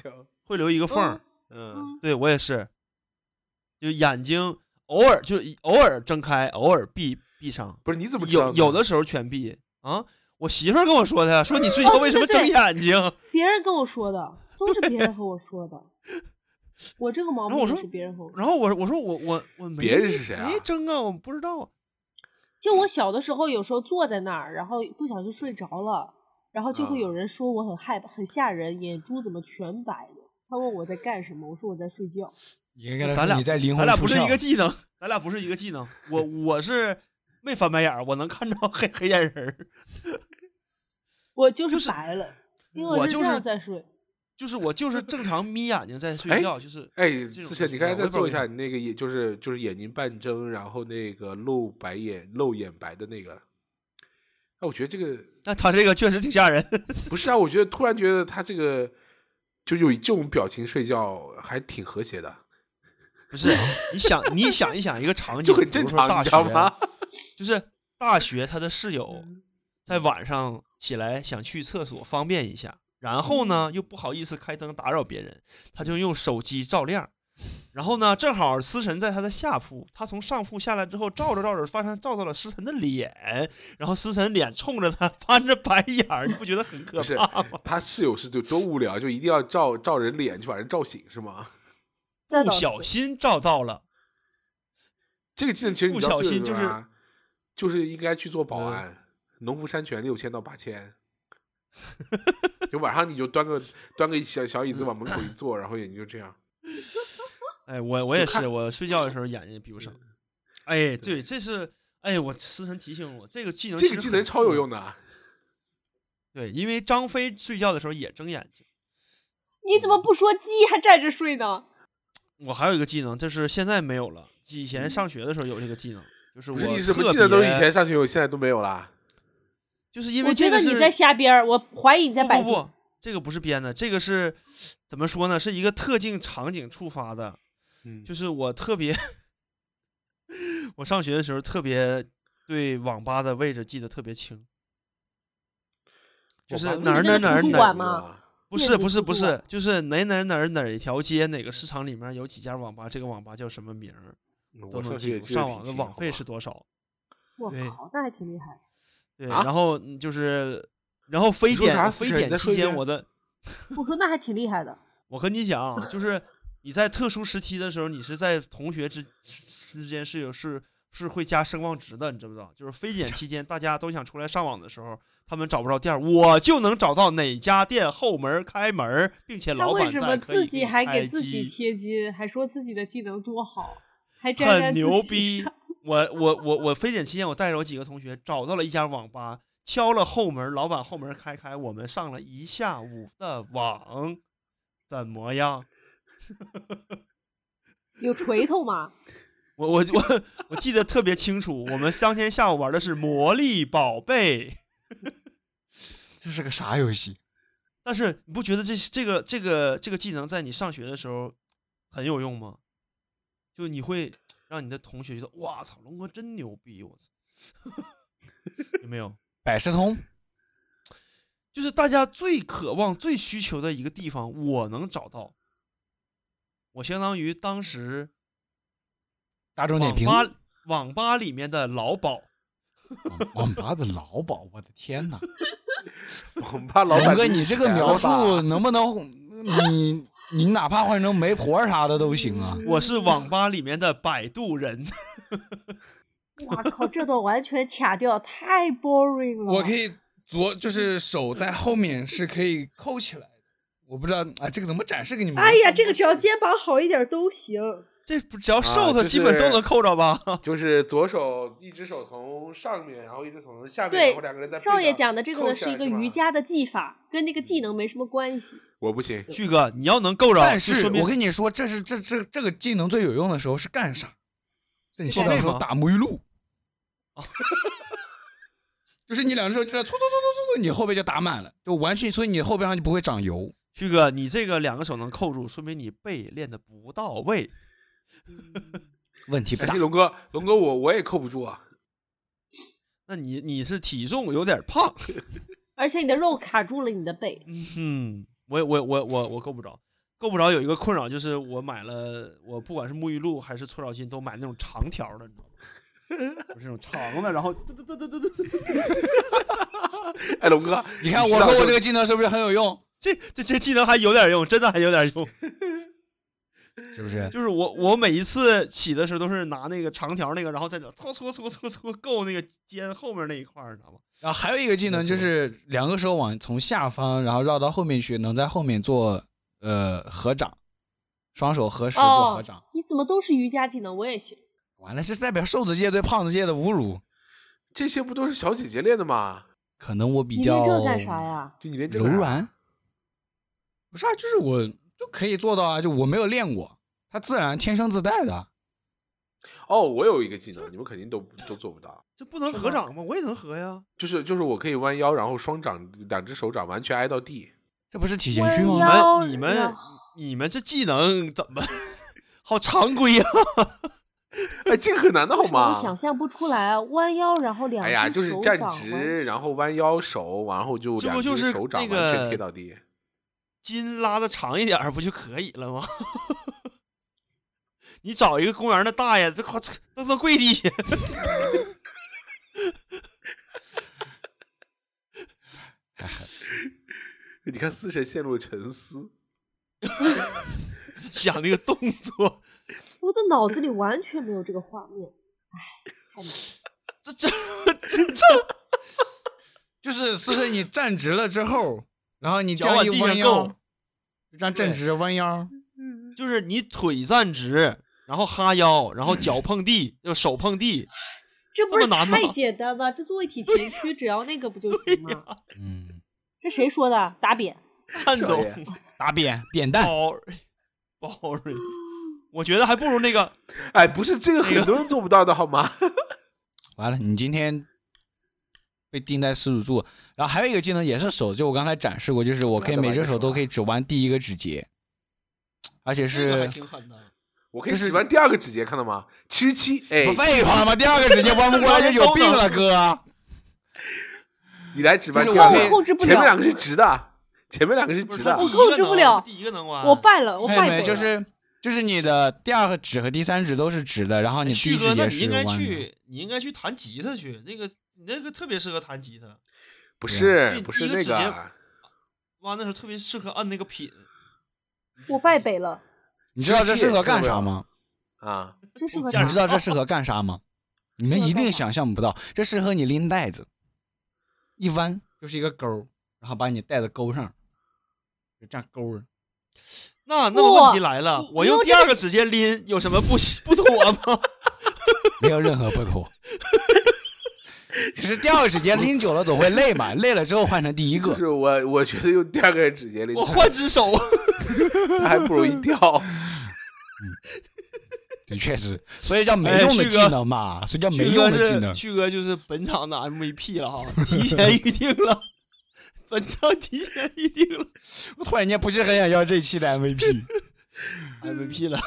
D: 会留一个缝儿。
A: 嗯，
D: 对我也是，就眼睛偶尔就偶尔睁开，偶尔闭闭上，
A: 不是，你怎么知道
D: 有有的
A: 是
D: 时候全闭啊。我媳妇儿跟我说的，说 你睡觉为什么睁
B: 对
D: 眼睛？
B: 别人跟我说的，都是别人和我说的。 我这个毛
D: 然后我
B: 病也
D: 说
B: 是别人和我说。
D: 然后我我说我我我没
A: 别人是谁啊
D: 没睁啊，我不知道啊。
B: 就我小的时候，有时候坐在那儿，然后不小心睡着了，然后就会
A: 啊
B: 有人说我很害怕、很吓人，眼珠怎么全白的？他问我在干什么，我说我在睡觉。
C: 你应该跟他
D: 咱
C: 说
D: 俩
C: 你在灵
D: 咱
C: 魂
D: 俩
C: 出
D: 不是一
C: 窍
D: 个技能，咱俩不是一个技能。我我是没翻白眼儿，我能看着黑黑眼仁儿。
B: 我就
D: 就是是
B: 白了，因为
D: 我
B: 是
D: 就
B: 这样
D: 是
B: 在睡。
D: 就是我就是正常眯眼睛在
A: 哎
D: 睡觉，就是
A: 哎，
D: 这种
A: 思辰，
D: 情
A: 你刚才
D: 况我
A: 再
D: 也不知道
A: 做
D: 为
A: 一下
D: 啥
A: 你那个，也就是就是眼睛半睁，然后那个露白眼、露眼白的那个。哎，我觉得这个
D: 那他这个确实挺吓人。
A: 不是啊，我觉得突然觉得他这个就有这种表情睡觉还挺和谐的，
D: 不是，你想你想一想一个场景，
A: 就很
D: 比如
A: 正
D: 说
A: 常，
D: 大
A: 你知道
D: 学
A: 吗？嗯
D: 就是大学他的室友
B: 嗯
D: 在晚上起来想去厕所方便一下，然后呢
A: 嗯
D: 又不好意思开灯打扰别人，他就用手机照亮。然后呢，正好思辰在他的下铺，他从上铺下来之后，照着照着，发现照到了思辰的脸，然后思辰脸冲着他 翻着白眼儿，你不觉得很可
A: 不是
D: 怕吗？
A: 他室友是就多无聊，就一定要照照人脸，就把人照醒是吗？
B: 那
D: 不
B: 倒
D: 小
B: 是
D: 心照到了，
A: 这个技能其实你
D: 不
A: 知道
D: 小
A: 最
D: 心
A: 有
D: 就是
A: 用啊就是应该去做保
D: 嗯
A: 安，农夫山泉六千到八千。就晚上你就端个端个小小椅子往门口一坐，然后眼睛就这样。
D: 哎，我我也
A: 看
D: 是，我睡觉的时候眼睛闭不上。哎，对，这是哎，我思辰提醒我这个技能，
A: 这个技能超有用
D: 的。
A: 的啊，
D: 对，因为张飞睡觉的时候也睁眼睛。
B: 你怎么不说鸡还站着睡呢？
D: 我还有一个技能，这是现在没有了，以前上学的时候有这个技能，就是
A: 嗯不
D: 我
A: 是你什么
D: 特
A: 技能都是以
D: 别
A: 前，上学有，现在都没有啦。
D: 就是因
B: 我
D: 为
B: 觉
D: 这
B: 得
D: 个
B: 你
D: 是
B: 在瞎编儿，我怀疑你在
D: 不
B: 摆
D: 不
B: 布。
D: 不，这个不是编的，这个是怎么说呢？是一个特定场景触发的，
A: 嗯，
D: 就是我特别， 我上学的时候特别对网吧的位置记得特别清，就是
A: 我爸
D: 哪儿
A: 那
D: 哪
A: 个
D: 儿哪儿
A: 图书
D: 哪
A: 馆
D: 儿，
B: 吗
A: 啊
D: 不
B: 电
D: 是
B: 子啊
D: 不是
B: 图
D: 不
B: 书
D: 是
B: 馆，
D: 就是哪哪哪儿哪儿条街哪个市场里面有几家网吧，这个网吧叫什么名儿都
A: 嗯我上
D: 能
A: 学
D: 记
A: 也
D: 住，
A: 记得
D: 上
A: 挺
D: 网的
A: 清
D: 网
A: 好
D: 费
A: 吧
D: 是多少？
B: 我
D: 对
B: 靠，那还挺厉害。
D: 对，
A: 啊
D: 然后嗯就是，然后非
A: 你说啥
D: 典
A: 思
D: 非
A: 辰你
D: 典
A: 再说
D: 期
A: 一
D: 间
A: 遍
D: 我的。
B: 我说那还挺厉害 的。
D: 我跟你 讲啊，就是你在特殊时期的时候，你是在同学之之间是有是是会加声望值的，你知不知道？就是非典期间，大家都想出来上网的时候，他们找不着店儿，我就能找到哪家店后门开门，并且
B: 他
D: 老
B: 为
D: 板
B: 什
D: 在
B: 么
D: 可
B: 自
D: 以
B: 己
D: 你
B: 还给
D: 开
B: 自己
D: 机
B: 贴金，还说自己的技能多好，还沾沾
D: 很
B: 自喜
D: 牛逼。我我我我非典期间，我带着我几个同学找到了一家网吧，敲了后门，老板后门开开，我们上了一下午的网，怎么样？
B: 有锤头吗？
D: 我我我我记得特别清楚，我们当天下午玩的是《魔力宝贝》，
C: 这是个啥游戏？
D: 但是你不觉得这这个这个这个技能在你上学的时候很有用吗？就你会让你的同学觉得，哇操，龙哥真牛逼，我操， 有没有？
C: 百事通
D: 就是大家最渴望、最需求的一个地方，我能找到。我相当于当时
C: 大众点
D: 网
C: 评
D: 吧网吧里面的老鸨，
C: 网网吧的老鸨，我的天哪！
A: 网吧老
C: 龙
A: 板，
C: 哥，你这个描 述能不能你你哪怕换成媒婆啥的都行
B: 嗯
C: 啊？
D: 我是网吧里面的摆渡人。
B: 我靠，这段完全卡掉，太 boring
E: 哦
B: 了。
F: 我可以左，就是手在后面是可以扣起来的。我不知道，哎，这个怎么展示给你们？
E: 哎呀，这个只要肩膀好一点都行。
D: 这不只要
A: 啊
D: 瘦他，
A: 就
D: 基本都
A: 是
D: 能扣着吧？
A: 就是左手一只手从上面，然后一只手从下面，然
B: 对
A: 后两个人在，背
B: 少爷
A: 上
B: 讲的这个
A: 扣
B: 呢
A: 起
B: 是
A: 来
B: 一个
A: 吧
B: 瑜，伽的技法，跟那个
A: 嗯
B: 技能没什么关系。
A: 我不行，
D: 旭哥，你要能够着，
C: 但
D: 就是说明
C: 我跟你说，这是这这这个技能最有用的时候是干啥？在你
D: 报
C: 睡
D: 备
C: 觉的时候
D: 吗
C: 打沐浴露，
F: 就是你两只手就在搓搓搓搓搓搓，你后背就打满了，
C: 就完全，所以你后边上就不会长油。
D: 旭哥，你这个两个手能扣住，说明你背练的不到位。
C: 问题不 大
A: 哎，。龙哥，龙哥我我也扣不住啊，
D: 那你你是体重有点胖，
B: 而且你的肉卡住了你的背，
D: 嗯，我我我我我够不着，够不着有一个困扰就是我买了，我不管是沐浴露还是搓澡巾，都买那种长条的，你知道吗？ 就是那种长的，然后嘚嘚嘚嘚嘚嘚，
A: 哎，龙哥，
C: 你看我
A: 知道
C: 说我
A: 就
C: 这个技能是不是很有用？
D: 这这这技能还有点用，真的还有点用。
C: 是不是？
D: 就是我我每一次洗的时候都是拿那个长条那个，然后再这搓搓搓搓搓够那个肩后面那一块儿，你知道吗？
C: 然后还有一个技能
D: 没错
C: 就是两个手往从下方，然后绕到后面去，能在后面做呃合掌，双手合十做合
B: 哦
C: 掌。
B: 你怎么都是瑜伽技能？我也行。
C: 完了，这是代表瘦子界对胖子界的侮辱。
A: 这些不都是小姐姐练的吗？
C: 可能我比
B: 你
C: 较
B: 练这干啥？呀？
A: 就你练这
C: 柔
A: 个啊，
C: 软？不是啊，就是我就可以做到啊，就我没有练过，它自然天生自带的。
A: 哦，我有一个技能，你们肯定都都做不到，
D: 这不能
B: 是
D: 合
B: 吗
D: 掌吗？我也能合呀。
A: 就是就是我可以弯腰，然后双掌两只手掌完全挨到地，
C: 这不是体前屈
B: 弯
C: 吗
B: 腰？
D: 们你
B: 然
D: 们你们这技能怎么 好常规啊呀、
A: 哎，这个很难的好
B: 为什么
A: 吗
B: 我？想象不出来啊？弯腰，然后两
A: 哎呀，就
B: 只
A: 是
B: 手
A: 站
B: 掌弯
A: 直，然后弯腰手，然后就
D: 这
A: 两
D: 不就
A: 只
D: 是
A: 手掌
D: 那
A: 完全
D: 个
A: 贴到地。
D: 筋拉的长一点儿不就可以了吗？ 你找一个公园的大爷，这夸都都跪地下。
A: 你看思神陷入了沉思，
D: 想那个动作，
B: 我的脑子里完全没有这个画面。
D: 这这
F: 就是思思你站直了之后，然后你这
D: 脚
F: 样
D: 往
F: 一
D: 地上
F: 弯腰
D: 够，
F: 就这样站直弯腰，
E: 嗯，
D: 就是你腿站直，然后哈腰，然后脚碰地，就手碰地，
B: 这不是
D: 这么难吗
B: 太简单吗？这做位体前屈，只要那个不就行吗？
C: 嗯，
B: 这谁说的？打扁。
D: 看走
A: 少爷
C: 打扁扁担，
D: 包包瑞，我觉得还不如那个
A: 哎，不是这个很多人做不到的好 吗？
C: 完了，你今天被钉在耻辱柱。然后还有一个技能也是手，就我刚才展示过，就是我可以每只手都可以只弯第一个指节，而且
D: 这个还
C: 是
D: 挺狠的。
A: 我可以洗完第二个指节，看到吗？七十七，哎
C: 不，废话吗？第二个指节弯不过来就有病了，哥。
A: 你来指完
C: 不
A: 第
C: 是
A: 二
C: 我
A: 个，
C: 可以
B: 控制不
A: 前面
B: 了
A: 两个是直的，前面两个是
D: 不
A: 直
D: 是
A: 的
D: 他第。一
B: 我控
D: 个
B: 制不
D: 能
B: 了
D: 第一个能玩，
B: 我败了，我
C: 看见
B: 败
C: 啊没？
B: 北
C: 就
B: 了。
C: 是就是你的第二个指和第三指都是直的，然后你
D: 哎
C: 第
D: 旭
C: 一
D: 哥
C: 指，也
D: 那你
C: 是
D: 应该
C: 弯的。
D: 去，你应该去弹吉他去，那个你那个特别适合弹吉他，
A: 不是
D: 对啊
A: 不是
D: 第一个
A: 那
D: 指节
A: 个，
D: 哇，那时候特别适合按那个品。
B: 我败北了，
C: 你知道这适合干啥吗？
A: 啊，
B: 这适合
D: 这
B: 啥
C: 你知？道 这适合干啥吗？你们一定想象不到，这适合你拎袋子，一弯就是一个钩儿，然后把你袋子勾上，就这样勾 着。
D: 那那么问题
B: 哇
D: 来了
B: 你，
D: 我
B: 你
D: 用
B: 用
D: 第
B: 这个
D: 二个指尖拎有什么不 不妥吗？
C: 没有任何不 妥。只是第二个指节拎久了总会累嘛，累了之后换成第一
A: 就
C: 个。
A: 是我我觉得用第二个指节里，
D: 我换只手，啊
A: 它还不如 一跳。
C: 对，确实，所以叫没
D: 哎
C: 用的
D: 旭
C: 技
D: 哥
C: 能嘛，所以叫没
D: 旭
C: 用
D: 哥
C: 的技能
D: 是。旭哥就是本场的 MVP 了哈，提前预定了， 本场提前预定了
C: 我突然间不是很想要这一期的 MVP，
D: MVP 了，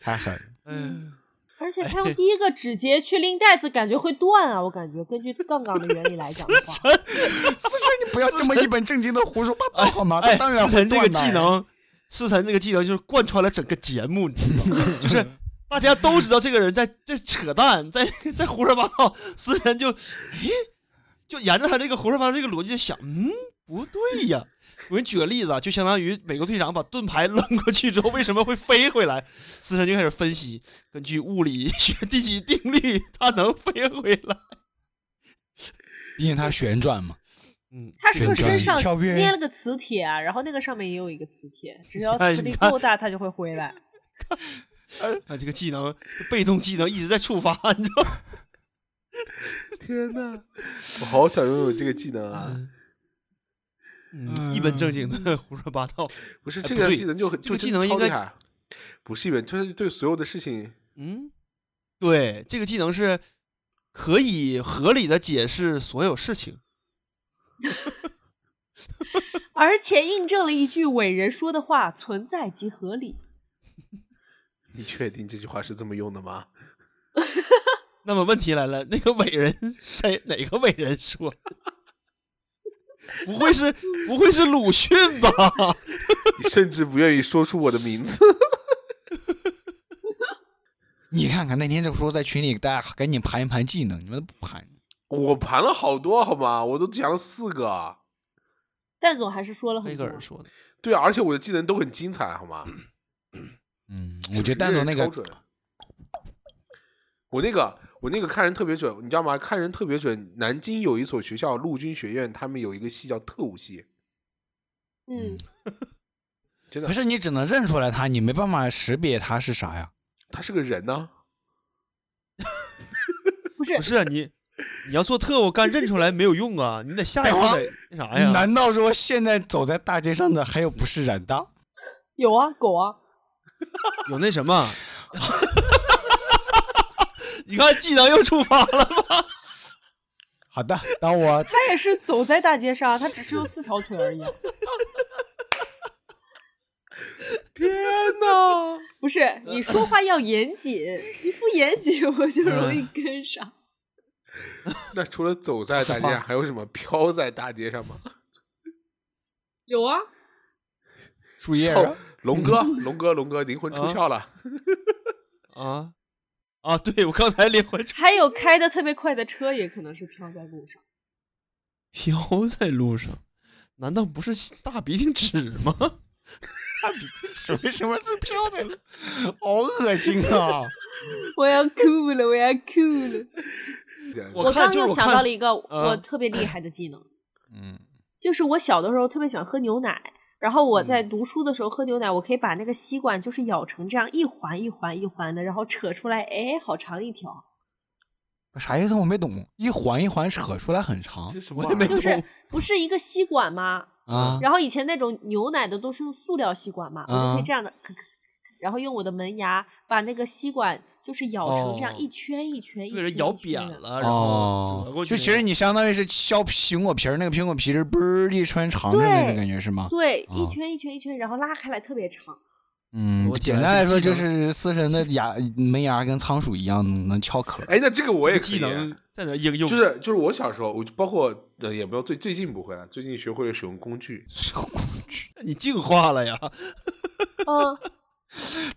C: 太狠了。
D: 嗯，
B: 而
C: 哎
B: 且他 用第一个指节去拎袋子，感觉会断啊！我感觉根据杠杠的原理来讲的 话，
C: 思辰，你不要这么一本正经的胡说八道好吗？他
D: 哎，
C: 啊当然
D: 思
C: 会
D: 晨这个
C: 断
D: 技
C: 奶。啊
D: 能，思晨这个技能就是贯穿了整个节目，你知道吗？就是大家都知道这个人在在扯淡，在在胡说八道，思晨就，诶，就沿着他这个胡说八道这个逻辑想，嗯，不对呀。我给你举个例子啊，就相当于美国队长把盾牌扔过去之后，为什么会飞回来？思晨就开始分析，根据物理学第几定律，它能飞回来。
C: 毕竟它旋转嘛。
D: 嗯，
B: 他是不是
C: 旋转
B: 身上
C: 跳跃
B: 捏了个磁铁啊？然后那个上面也有一个磁铁，只要
D: 哎
B: 磁力
D: 你看
B: 够大，它就会回来。
D: 他这个技能，被动技能一直在触发，你知道吗？
A: 天哪，我好想拥有这个技能
D: 哎
A: 啊！
D: 嗯，一本正经的 胡说八道。
A: 不是
D: 哎
A: 这
D: 不
A: 个
D: 对
A: 技能就很
D: 这
A: 就
D: 个
A: 真
D: 技能
A: 超
D: 应该
A: 厉害，不是一本，就是对所有的事情
D: 嗯，对，这个技能是可以合理的解释所有事情。
B: 而且印证了一句伟人说的话：“存在即合理。
A: 你确定这句话是这么用的吗？
D: 那么问题来了，那个伟人谁？哪个伟人说？不会是不会是鲁迅吧？
A: 你甚至不愿意说出我的名字。
C: 你看看那天就说在群里，大家赶紧盘一盘技能，你们都不盘。
A: 我盘了好多，好吗？我都讲了四个。”
B: 蛋总还是说了很
D: 黑格
B: 多。
D: 尔说的。
A: 对啊，而且我的技能都很精彩，好吗？
C: 嗯，
A: 是
C: 我
A: 不
C: 觉
A: 是
C: 得蛋总那
A: 越
C: 个
A: 人超准我那个我那个看人特别准，你知道吗？看人特别准。南京有一所学校陆军学院，他们有一个系叫特务系，
B: 嗯，
A: 真的
C: 不，是你只能认出来他，你没办法识别他是啥呀。
A: 他是个人呢、
B: 不是
D: 不，是啊你，你要做特务干认出来没有用啊，你得下一步
C: 哎呀
D: 得那啥呀？
C: 难道说现在走在大街上的还有不是人的？
B: 有啊，狗啊，
D: 有那什么？ 你看技能又触发了吧？
C: 好的，当 我
B: 它也是走在大街上，它只是用四条腿而已啊。
A: 天哪！
B: 不是，你说话要严谨，你不严谨我就容易跟上。
A: 那除了走在大街上，还有什么飘在大街上吗？
B: 有啊，
C: 树 叶
A: 哦龙哥，龙哥，龙哥，灵魂出窍了！
D: 啊啊！对，我刚才灵魂
B: 还有开的特别快的车也可能是飘在路上。
D: 飘在路上，难道不是大鼻涕纸吗？
C: 什么什么是飘着的？好恶心啊！
B: 我要哭了，我要哭了。
D: 我
B: 刚
D: 看
B: 刚
D: 就是
B: 又
D: 我
B: 想
D: 看
B: 到了一个我
D: 呃
B: 特别厉害的技能，
F: 嗯，
B: 就是我小的时候特别喜欢喝牛奶，然后我在读书的时候喝牛奶，我可以把那个吸管就是咬成这样一环一环一环的，然后扯出来，哎，好长一条。
C: 啥意思？我没懂。一环一环扯出来很长
D: 这什么
F: 我
D: 玩
F: 也
A: 啊
D: 意
F: 没
D: 儿？
B: 就是
F: 懂。
B: 不是一个吸管吗？
D: 嗯
C: 啊，
B: 然后以前那种牛奶的都是用塑料吸管嘛，我就可以
C: 嗯
B: 这样的，咔咔咔咔然后用我的门牙把那个吸管就是咬成这样
D: 哦
B: 一圈一圈一
D: 就
B: 圈，
D: 是
B: 一
D: 咬
B: 圈
D: 扁
B: 的。
D: 了，然后
C: 哦
D: 折过，去。
C: 就其实你相当于是削苹果皮儿，那个苹果皮是嘣儿一穿长的那种
B: 对
C: 感觉是吗？
B: 对，一
C: 哦
B: 圈一圈一圈，然后拉开来特别长。
C: 嗯，
D: 我
C: 简
D: 觉得
C: 单来
D: 这
C: 说
D: 技
C: 就
D: 能
C: 是四神的牙门牙跟仓鼠一样能敲壳儿。
A: 哎，那这个我也可以
D: 技能在哪儿应用？
A: 就是就是我小时候，我就包括呃也没有最最近不会了，最近学会了使用工具。
D: 你进化了呀！
B: 嗯，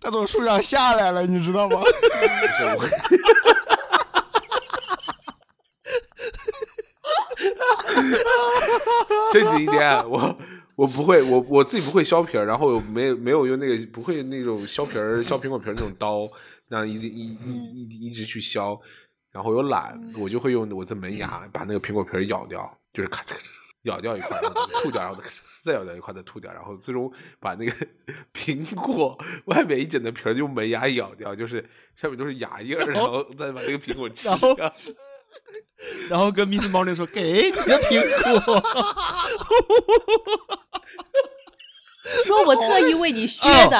C: 他从树上下来了，你知道吗？
A: 就是我正经一点，啊我我不会，我我自己不会削皮儿，然后我没没有用那个不会那种削皮儿、削苹果皮儿那种刀，那样一直一一一一直去削，然后又懒，
D: 嗯
A: 我就会用我的门牙把那个苹果皮儿咬掉，就是咔嚓咔嚓咬掉一块，然后再吐掉，然后咔嚓再咬掉一块，再吐掉，然后最终把那个 苹果外面一整的皮儿用门牙咬掉，就是上面都是牙印儿，然后再把那个苹果吃
D: 然后
A: 掉。
D: 然后跟 Miss 猫那说：“给你的苹果。
B: 说我特意为你削
A: 哦
B: 的，”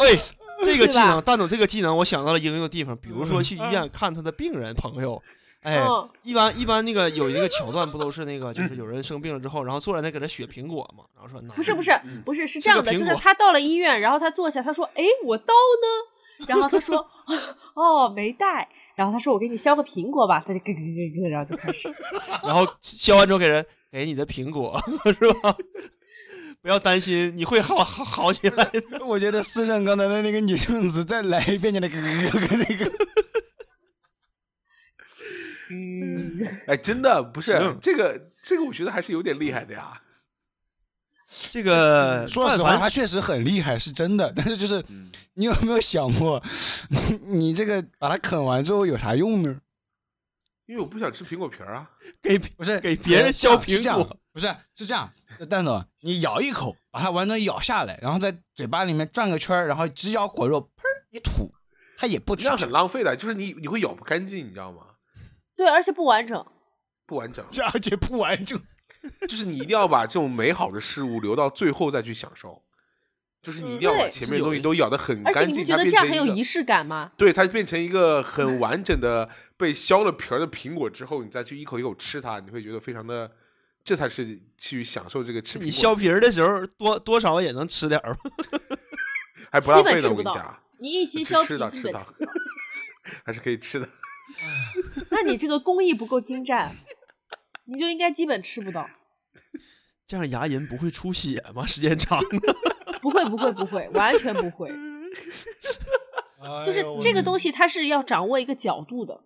D: 哎，这个技
B: 是
D: 能，
B: 吧
D: 蛋总这个技能，我想到了应用的地方，比如说去医院看他的病人朋友。哎
A: 哦
B: 嗯，
D: 一般一般那个有一个桥段，不都是那个就是有人生病了之后，然后坐在那给他选苹果嘛，然后说拿
B: 不是不是
A: 嗯
B: 不是是
D: 是
B: 这样
D: 个
B: 的，
D: 苹
B: 就是
D: 果
B: 他到了医院，然后他坐下，他说：“哎，我刀呢？”然后他说：“ 哦，没带。”然后他说：“我给你削个苹果吧。”他就咯咯咯咯，然后就开始。
D: 然后削完之后给人给你的苹果 是吧？不要担心，你会好好好起 来的。
C: 我觉得思胜刚才的那个拟声词再来一遍，就那个咯咯咯那个。
B: 嗯，
A: 哎，真的不是
D: 行
A: 这个，这个我觉得还是有点厉害的呀。
D: 这个
C: 嗯说实
D: 但
C: 话，
D: 凡
C: 他确实很厉害，是真的。但是就是，
D: 嗯
C: 你有没有想过， 你这个把它啃完之后有啥用呢？
A: 因为我不想吃苹果皮儿 啊，
D: 给
C: 不是
D: 给别人削苹
C: 是这样
D: 果，
C: 不是是这样。蛋总，你咬一口，把它完整咬下来，然后在嘴巴里面转个圈儿，然后只咬果肉，砰一吐，它也不
A: 这
C: 吃
A: 样。很浪费的，就是你你会咬不干净，你知道吗？
B: 对，而且不完整。
A: 不完 整，
C: 这而且不完整。
A: 就是你一定要把这种美好的事物留到最后再去享受，就是你一定要把
B: 对
A: 前面的东西都咬得很
B: 而且
A: 干
B: 你不
A: 净，
B: 觉
A: 它
B: 得
A: 变
B: 这样
A: 成
B: 很有
A: 一
B: 仪
A: 个，
B: 式感吗？
A: 对，它变成一个很完整的被削了皮儿的苹果之后，你再去一口一口吃它，你会觉得非常的，这才是去享受这个吃苹果，
D: 你削皮儿的时候多多少也能吃点儿吧。
A: 还不
B: 基
A: 浪
B: 本
A: 费
B: 吃
A: 呢，我
B: 不
A: 跟你
B: 到
A: 讲，
B: 你一期
A: 吃
B: 削皮
A: 吃的
B: 基
A: 吃
B: 本
A: 的
B: 吃不到，
A: 还是可以吃的。
B: 那你这个工艺不够 精湛，你就应该基本吃不到。
D: 这样牙龈不会出血吗？时间 长了，
B: 不会不会不会，完全不会。
A: 哎
B: 就是这个东西，它是要掌握一个角度的。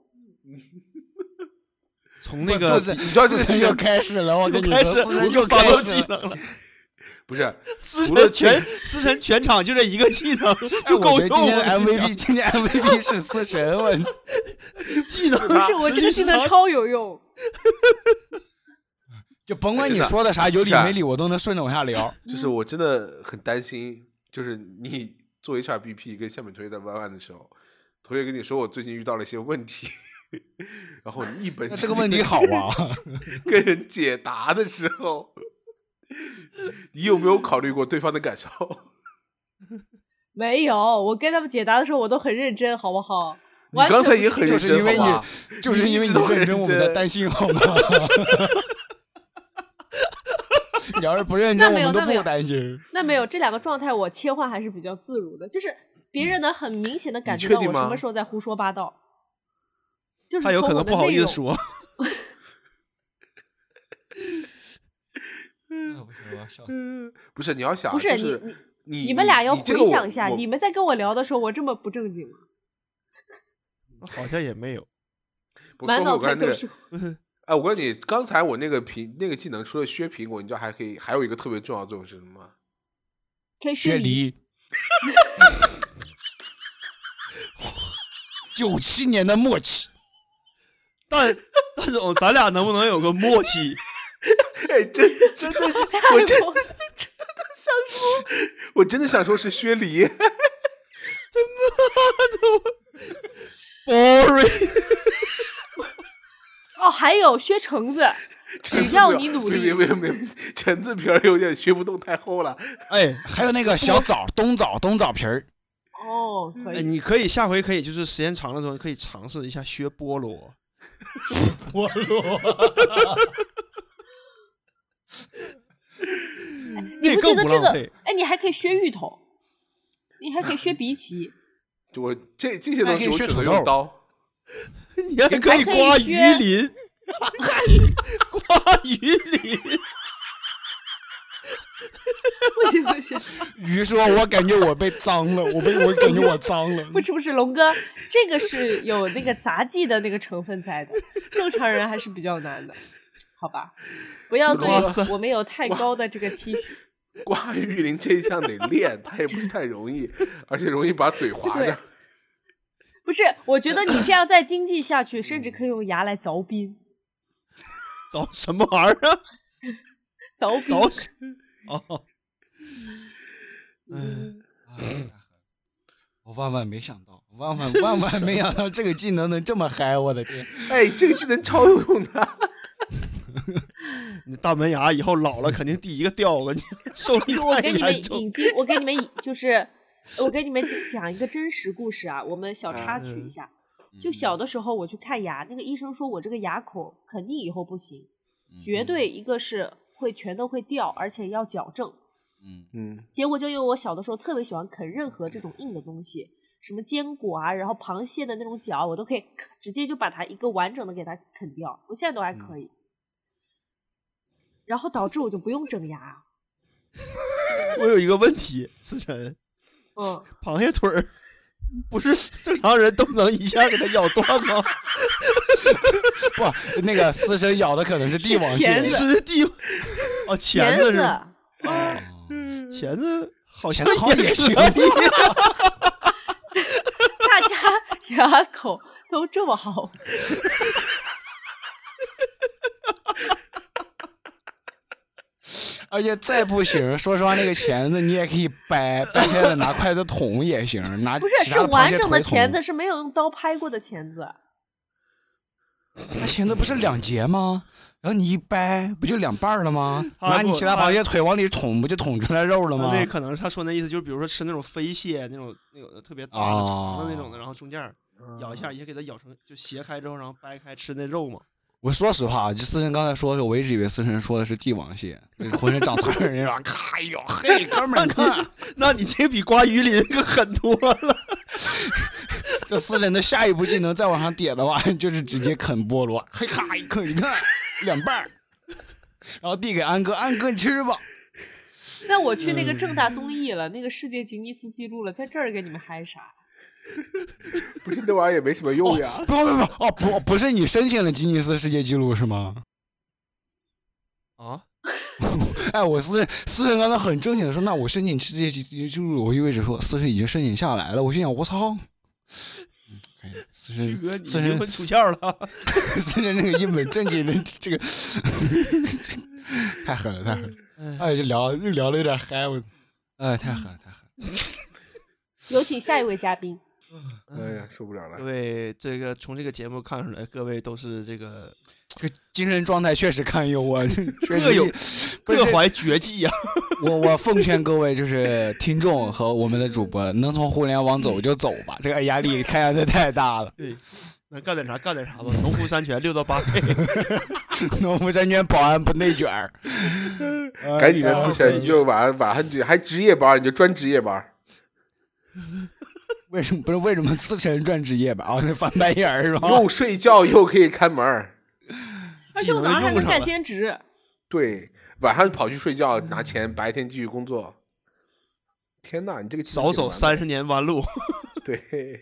D: 从那
C: 不
D: 个
C: 是
A: 你知道这个技
C: 思辰
A: 能
C: 又开始了，我
D: 又
C: 跟你
D: 开始
C: 说，思辰
D: 又
C: 又
D: 发
C: 开
D: 动
C: 始
D: 技
C: 了。
D: 能了。
A: 不是，
D: 思
A: 除了
D: 辰全思辰全场就这一个技能
C: 哎
D: 就
C: 我
D: 够
C: 觉得
D: 用
C: 今天的
D: 了。你知道
C: MVP，今天 MVP 是思辰，
A: 哎
C: 我
D: 技能
B: 不是，我这个
D: 持续
B: 技
D: 时
B: 能
D: 长
B: 超有用。
C: 就甭管你说的啥，有理
A: 是啊
C: 没理，我都能顺着往下 聊。
A: 就是我真的很担心，就是你做 HRBP 跟下面同学在玩玩的时候，同学跟你说我最近遇到了一些问题， 然后你一本
C: 那
A: 正
C: 这个
A: 经
C: 问
A: 地
C: 题好
A: 跟
C: 啊，
A: 跟人解答的时候，你有没有考虑过对方的感受？
B: 没有，我跟他们解答的时候，我都很认真，好不好？
A: 你
B: 完全
A: 刚才
B: 不
A: 也
B: 是
A: 很认
C: 就是因
A: 真，
C: 为
A: 好吧？
C: 你，就是因
A: 一
C: 为你
A: 直都
C: 认真，
A: 认
C: 我们才
A: 真
C: 担心，好吗？ 你要是不认真，
B: 那
C: 我
B: 没有
C: 们都
B: 那没有
C: 不担心。
B: 那没有这两个状态，我切换还是比较自如的，就是别人能很明显的感觉
A: 确
B: 到
A: 定
B: 我什
A: 吗
B: 么时候在胡说八道，就是
D: 他有
B: 从
D: 可
B: 我
D: 能
B: 的
D: 不好
B: 内
D: 意思
B: 容。
D: 说。 哎
A: 嗯不是，你要想，
B: 不
A: 就是
B: 你你
A: 你
B: 你们俩要
A: 这个
B: 回
A: 我
B: 想一下，
A: 我
B: 你们在跟我聊的时候，我这么不正经吗？
D: 好像也没有，
A: 我
B: 满
A: 说回
B: 脑
A: 我刚才
B: 袋
A: 那
B: 都
A: 个
B: 是。
A: 哎，我告诉你，刚才 我那个苹那个技能，除了削苹果，你知道还可以还有一个特别重要的作用是什么吗？
B: 可以
C: 学
B: 学梨，
C: 梨。九七年的默 契，
D: 但 但总，咱俩能不能有个 默契？
A: 哎，真真的，我真真的想说，我真的想说是薛 梨。
D: boring，
E: 哦，还有削橙子，只要你努力
A: 没有没有没有，橙子皮儿有点学不动太厚了。
D: 哎
C: 还有那个小枣、冬枣、冬枣皮儿，
B: 哦，
A: 嗯
B: 可
D: 哎，
B: 以。
D: 你可以下回可以就是时间长了之后，你可以尝试一下削 菠萝。
F: 我
B: 你
D: 那
B: 不觉
D: 更
B: 得
D: 不
B: 这
D: 浪
B: 个
D: 费？
B: 哎，你还可以削芋头，你还可以削荸荠，
A: 我这这些东
C: 还可
A: 西
C: 以
A: 我
C: 削
A: 只能
C: 土豆
A: 用刀。
D: 你还可以
B: 还可以
D: 刮
B: 削
D: 鱼鳞， 刮鱼鳞。
B: 不行不行，
C: 鱼说：“我感觉我被脏了，我被我感觉我脏 了。
B: 不吃不吃，龙哥，这个是有那个杂技的那个成分在的，正常人还是比较难的，好吧？不要对
A: 哇塞
B: 我们有太高的这个期许。
A: 刮玉林这一项得练，它也不是太容易，而且容易把嘴划着。
B: 不是，我觉得你这样再经济下去，甚至可以用牙来凿冰，
D: 找什么玩意儿啊？
B: 凿冰
D: 找什哦，
C: 我万万没想到，万万万万没想到这个技能能这么嗨！我的天，
A: 哎，这个技能超有用的。
D: 你大门牙以后老了肯定第一个掉，我跟你讲受 力
B: 我
D: 太
B: 给你们
D: 严重
B: 引。经，我给你们 引就是，我给你们讲讲一个真实故事啊，我们小插曲一下。就小的时候我去看牙，那个医生说我这个牙口肯定以后不行，
C: 嗯
B: 绝对一个是会全都会掉，而且要矫正。
C: 嗯，
A: 嗯，
B: 结果就因为我小的时候特别喜欢啃任何这种硬的东西，什么坚果啊，然后螃蟹的那种脚，我都可以咔直接就把它一个完整的给它啃掉，我现在都还可以。然后导致我就不用整牙，
D: 我有一个问题，思辰，
B: 嗯，
D: 螃蟹腿儿不是正常人都能一下给它咬断 吗？
C: 嗯不，那个死神咬的可能是帝王蟹
B: 钳
D: 你
B: 子，
D: 是第哦钳子
B: 子
D: 是嗯钳子，好像好也是啊可 以。
B: 大家牙口都这么 好，
C: 而且再不行，说实话，那个钳子你也可以掰，掰开了拿筷子捅也行，拿
B: 不
C: 不
B: 是是完整的钳子，，是没有用刀拍过的钳子。
C: 那钳子不是两截吗？然后你一掰，不就两半儿了吗？
D: 啊
C: 拿你
D: 不
C: 其他
D: 啊
C: 螃蟹腿往里捅，不就捅出来肉了吗？
D: 那可能是他说那意思就是，比如说吃那种飞蟹，那种那种特别大的长的那种的，然后中间儿咬一下，也给它咬成就斜开之后，然后掰开吃那肉嘛。
C: 我说实话，啊就思辰刚才说的时候，我一直以为思辰说的是帝王蟹，就是浑身长刺儿那种，咔一咬，哎嘿，哥们儿，你看
D: 那你这比刮鱼鳞可狠多了。
C: 这思辰的下一步技能再往上点的话，就是直接啃菠萝，嘿咔一啃，你看两半儿，然后递给安哥，安哥你吃吧。
B: 那我去那个正大综艺了，那个世界吉尼斯纪录了，在这儿给你们嗨啥？
A: 不是那玩意儿也没什么用呀。
C: 不不不，哦不不是你申请了吉尼斯世界纪录是吗？
D: 啊，
C: 哎，我思思辰刚才很正经的说，那我申请世界纪纪录，我意味着说思辰已经申请下来了，我心想我操。嗯可以思
D: 徐
C: 辰
D: 哥，你
C: 思辰
D: 灵魂出窍了。
C: 虽然这个一本正经的这个太狠了，太狠了！哎，就聊就聊的有点嗨，我，哎，太狠了，太狠了！
B: 有请下一位嘉 宾。
C: 哦
A: 哎呀，受不了
D: 各
A: 了。
D: 位，这个从这个节目看出来，各位都是这个
C: 这个精神状态确实堪忧啊， 确
D: 各
C: 实
D: 有
C: 不是
D: 各怀绝技啊呀、
C: 我我奉劝各位就是听众和我们的主播，能从互联网走就走吧，这个压力看样子太大了。
D: 对，能干点啥干点啥 吧。农夫山泉六到八 K，
C: 农夫山泉保安不内卷 儿，哎
A: 赶紧的，
C: 呀
A: 思辰，你就晚上晚上就还值夜班，你就专值夜班。
C: 为什么不是为什么思辰转职业吧？啊，那翻白眼儿是吧？
A: 又睡觉又可以看门儿，
B: 而
D: 技
B: 且我早
D: 能
B: 上还
D: 用
B: 能
D: 上
B: 干
D: 了
B: 兼职，
A: 对，晚上跑去睡觉
E: 嗯
A: 拿钱，白天继续工作。天哪，你这个技能
D: 少
A: 简直
D: 走
A: 完
D: 三
A: 美
D: 十年弯 路。
A: 对，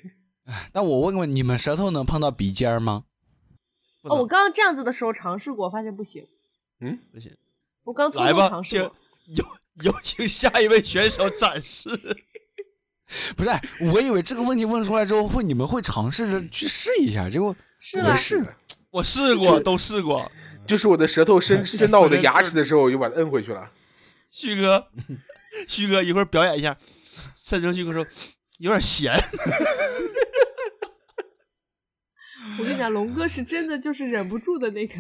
C: 那我问问你们，舌头能碰到鼻尖儿吗？
D: 不
B: 哦，
D: 能
B: 我刚刚这样子的时候尝试过，发现不行。
A: 嗯，
D: 不行，
B: 我刚偷
D: 来
B: 偷
D: 吧，
B: 尝试
D: 就
B: 过，
D: 有有请下一位选手展示。
C: 不是，哎我以为这个问题问出来之后会你们会尝试着去试一下，结果
E: 是
C: 我
E: 吧？
C: 试
D: 我试过，都试过。
A: 就是我的舌头 伸
F: 是
A: 伸到我的
F: 是
A: 牙
F: 就
A: 齿的时候，我就把它摁回去了。
D: 旭 哥，旭哥一会儿表演一下。山城旭哥说有点咸，
E: 我跟你讲，龙哥是真的就是忍不住的那个，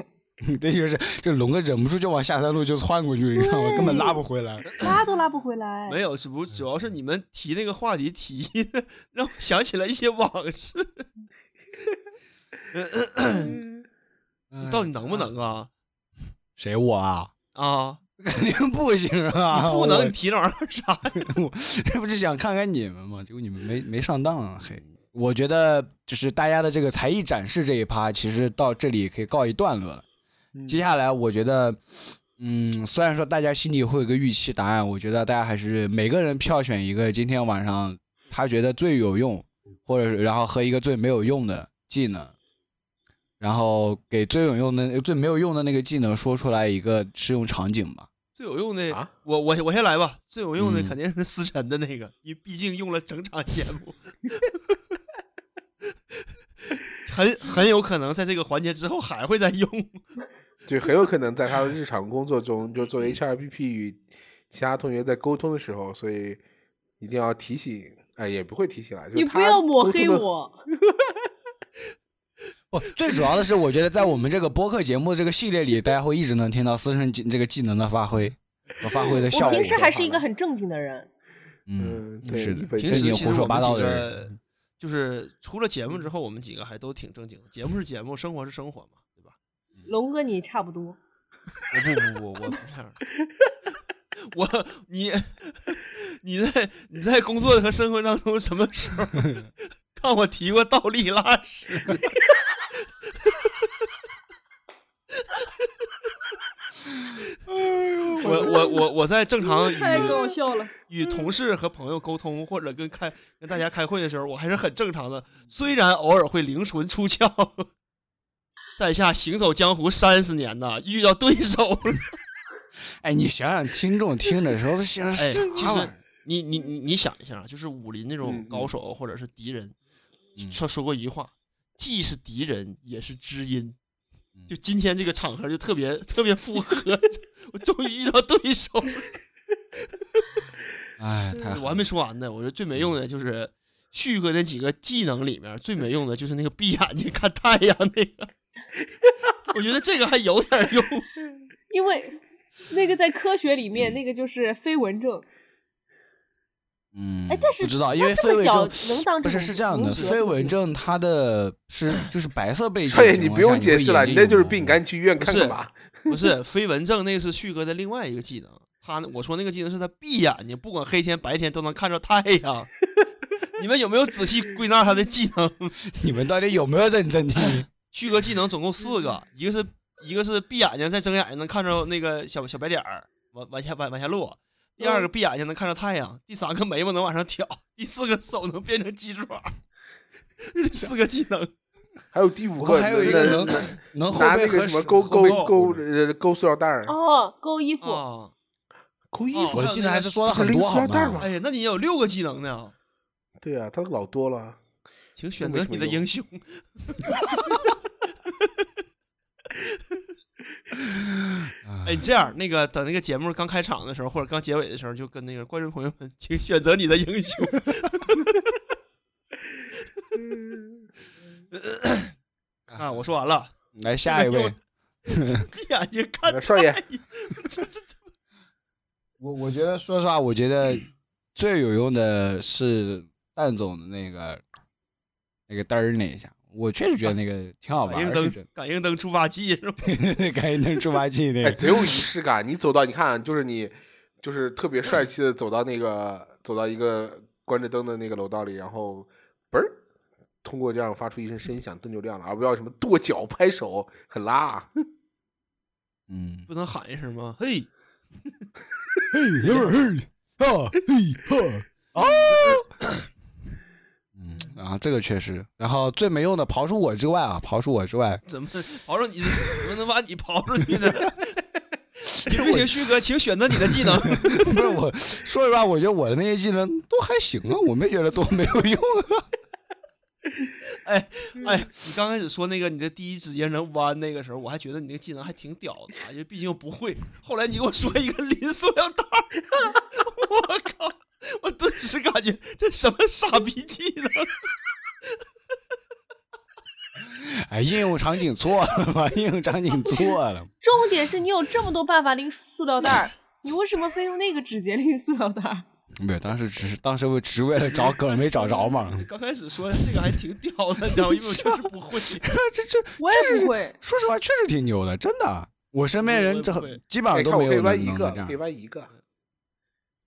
C: 这就是这龙哥忍不住就往下三路就窜过去，你知道吗？根本拉不回来。
E: 拉都拉不回来。
D: 没有，只不主要是你们提那个话题提 的，让我想起来一些往事。
B: 嗯
C: 哎嗯
D: 到底能不能啊？
C: 谁我啊？
D: 啊，
C: 肯定不行啊！
D: 不能，
C: 我
D: 你提那玩意儿啥呀？
C: 我这不是想看看你们吗？结果你们没没上当啊！嘿，我觉得就是大家的这个才艺展示这一趴，其实到这里可以告一段落了。
A: 嗯
C: 接下来，我觉得，嗯，虽然说大家心里会有个预期答案，我觉得大家还是每个人票选一个今天晚上他觉得最有用，或者是然后和一个最没有用的技能，然后给最有用的、最没有用的那个技能说出来一个适用场景吧。
D: 最有用的，
A: 啊
D: 我我我先来吧。最有用的
C: 嗯
D: 肯定是思辰的那个，因为毕竟用了整场节 目，很很有可能在这个环节之后还会再用。
A: 就很有可能在他的日常工作中，就作为 HRBP 与其他同学在沟通的时候，所以一定要提醒，哎，也不会提醒啦。就是
E: 你
A: 他
E: 不要抹
A: 沟通
E: 黑
A: 的，
E: 我，
C: 不，最主要的是，我觉得在我们这个播客节目这个系列里，大家会一直能听到思辰技这个技能的发挥和发挥的效
E: 我
C: 果。
E: 平时还是一个很正经的人，
C: 嗯，
A: 嗯，
C: 嗯
A: 对，
C: 是的
A: 一本
D: 平
A: 正
D: 时
C: 经
D: 其
C: 胡
D: 实
C: 说
D: 我
C: 八
D: 们
C: 道
D: 几
C: 的嗯
D: 个就是除了节目之后，我们几个还都挺正经的。节目是节目，生活是生活嘛，对吧？
E: 龙哥你差不多。
D: 我不不不，我不这样的。我你你在你在工作和生活当中什么时候看我提过倒立拉屎？我我我我在 正常
E: 太搞
D: 与
E: 笑了，
D: 与同事和朋友沟通，或者跟开跟大家开会的时候，我还是很正常的，虽然偶尔会灵魂出窍。 在下行走江湖三十年呐，遇到对手了
C: 哎，你想想，听众听的时候都想啊
D: 哎，
C: 啥
D: 其
C: 玩意
D: 实
C: 儿？
D: 你你你你想一下啊，就是武林那种
A: 嗯
D: 高手或者是敌人，
C: 嗯
D: 他说过一句话，既是敌人也是知音。
C: 嗯
D: 就今天这个场合就特别特别符合， 我终于遇到对手了。
C: 哎，太
D: 我
C: 好
D: 还
C: 了
D: 没说完呢，我觉得最没用的就是旭哥那几个技能里面最没用的就是那个闭眼睛看太阳那个， 我觉得这个还有点用。
E: 因为那个在科学里面，那个就是飞蚊症。
C: 嗯，
E: 哎但是
C: 不知道，
E: 它
C: 因为
E: 这
C: 飞
E: 么
C: 蚊
E: 小
C: 症
E: 能当
C: 不是
E: 成
C: 是这样的，
E: 同学
C: 飞
E: 不
C: 蚊
E: 是
C: 症它的 是就是白色背景
A: 少
C: 的
A: 爷，你
C: 情况下。
A: 不用解释了，
C: 你
A: 你
C: 会
A: 那
C: 眼睛
A: 就是
C: 有
A: 病，
C: 毛
A: 你赶紧去医院看
D: 是
A: 看吧。
D: 不是飞蚊症，那个是旭哥的另外一个技能。他我说那个技能是他闭眼睛，不管黑天白天都能看着太阳。 你们有没有仔细归纳他的技能？
C: 你们到底有没有认真听？
D: 旭哥技能总共四个，一个是一个是闭眼睛再睁眼睛能看着那个小小白点儿往往下往往下落，第二个闭眼睛能看着太阳，第三个眉毛能往上挑，第四个手能变成鸡爪，就 这四个技能。
A: 还有第五
C: 我
A: 个，
C: 们还有一个能能后
A: 拿
C: 背
A: 那
C: 和
A: 个什么
C: 手
A: 勾
C: 后
A: 勾
C: 背
A: 勾呃勾塑料袋儿，
E: 哦，勾衣服，
D: 啊，
A: 勾衣
D: 哦
A: 服
C: 我的技能还是说了
A: 不是
C: 很
A: 拎
C: 多
A: 塑
C: 好
A: 料袋
C: 吗
A: 吗？
D: 哎呀，那你也有六个技能呢，
A: 对啊，他老多 了。
D: 请选
A: 没
D: 择
A: 什么
D: 你 的
A: 用
D: 英雄。哎，你这样，那个等那个节目刚开场的时候，或者刚结尾的时候，就跟那个观众朋友们，请选择你的英雄。 啊，我说完了，
C: 来下一位，
D: 闭眼睛看
A: 那少爷
D: 太阳，这这
C: 我我觉得，说实话，我觉得最有用的是蛋总的那个那个嘚儿那一下，我确实觉得那个挺好玩
D: 感应
C: 儿的，
D: 灯，感应灯触发器是吧？
C: 感应灯猪八戒那
A: 哎，
C: 个。
A: 贼有仪式感。你走到，你看，就是你，就是特别帅气的走到那个，走到一个关着灯的那个楼道里，然后嘣儿，通过这样发出一声声响，灯就亮了，而不要什么跺脚、拍手，很拉啊。
C: 嗯，
D: 不能喊一声吗？嘿，
C: 嘿哎嘿啊嘿啊啊！嗯，然后这个确实，然后最没用的，刨除我之外啊，刨除我之外，
D: 怎么刨出你？怎么能把你刨出去呢？你不行，旭哥，请选择你的技能。
C: 不是我说实话，我觉得我的那些技能都还行啊，我没觉得多没有用啊。 嗯
D: 哎，你刚开始说那个你的第一指尖能弯那个时候，我还觉得你那个技能还挺屌的啊，因为毕竟不会。后来你给我说一个拎塑料袋儿， 我靠！我顿时感觉这什么傻逼技能？啊
C: 哎，应用场景错了嘛，应用场景错了。
B: 重点是你有这么多办法拎塑料袋儿，你为什么非用那个指节拎塑料袋儿？
C: 没有，当时只是当时我只是为了找梗没找着 嘛。
D: 刚开始说这个还挺屌的，你知道吗？因为我确实不会。
C: 这这
B: 我也不会。
C: 说实话，确实挺牛的，真的。我身边人这
D: 我也不会
C: 基本
A: 哎
C: 上
A: 看
C: 都
A: 我
C: 没
A: 可以
C: 有
A: 弯
C: 能
A: 一
C: 能
A: 个可
C: 的，这
A: 以
C: 样。
A: 弯一个，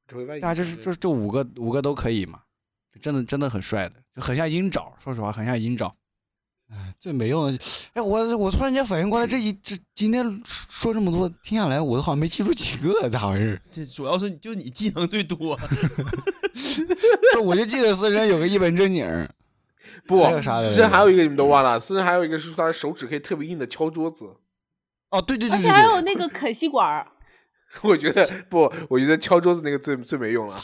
A: 只会弯一
C: 大家
A: 个。
C: 就是就是这五个五个都可以嘛，真的真的很帅的，就很像鹰爪。说实话，很像鹰爪。哎，最没用的，哎，我我突然间反应过来，这一这今天说说这么多，听下来我都好像没记住几个，咋回事？
D: 这主要是你就你技能最多，
C: 不是我就记得四神有个一本正经儿，
A: 不
C: 还有啥来着
A: 私人还有一个你们都忘了，私人还有一个是他手指可以特别硬的敲桌子。
C: 哦，对对对
B: 而
C: 对
B: 且还有
C: 对，
B: 那个啃吸管 儿，
A: 我觉得不，我觉得敲桌子那个最最没用了。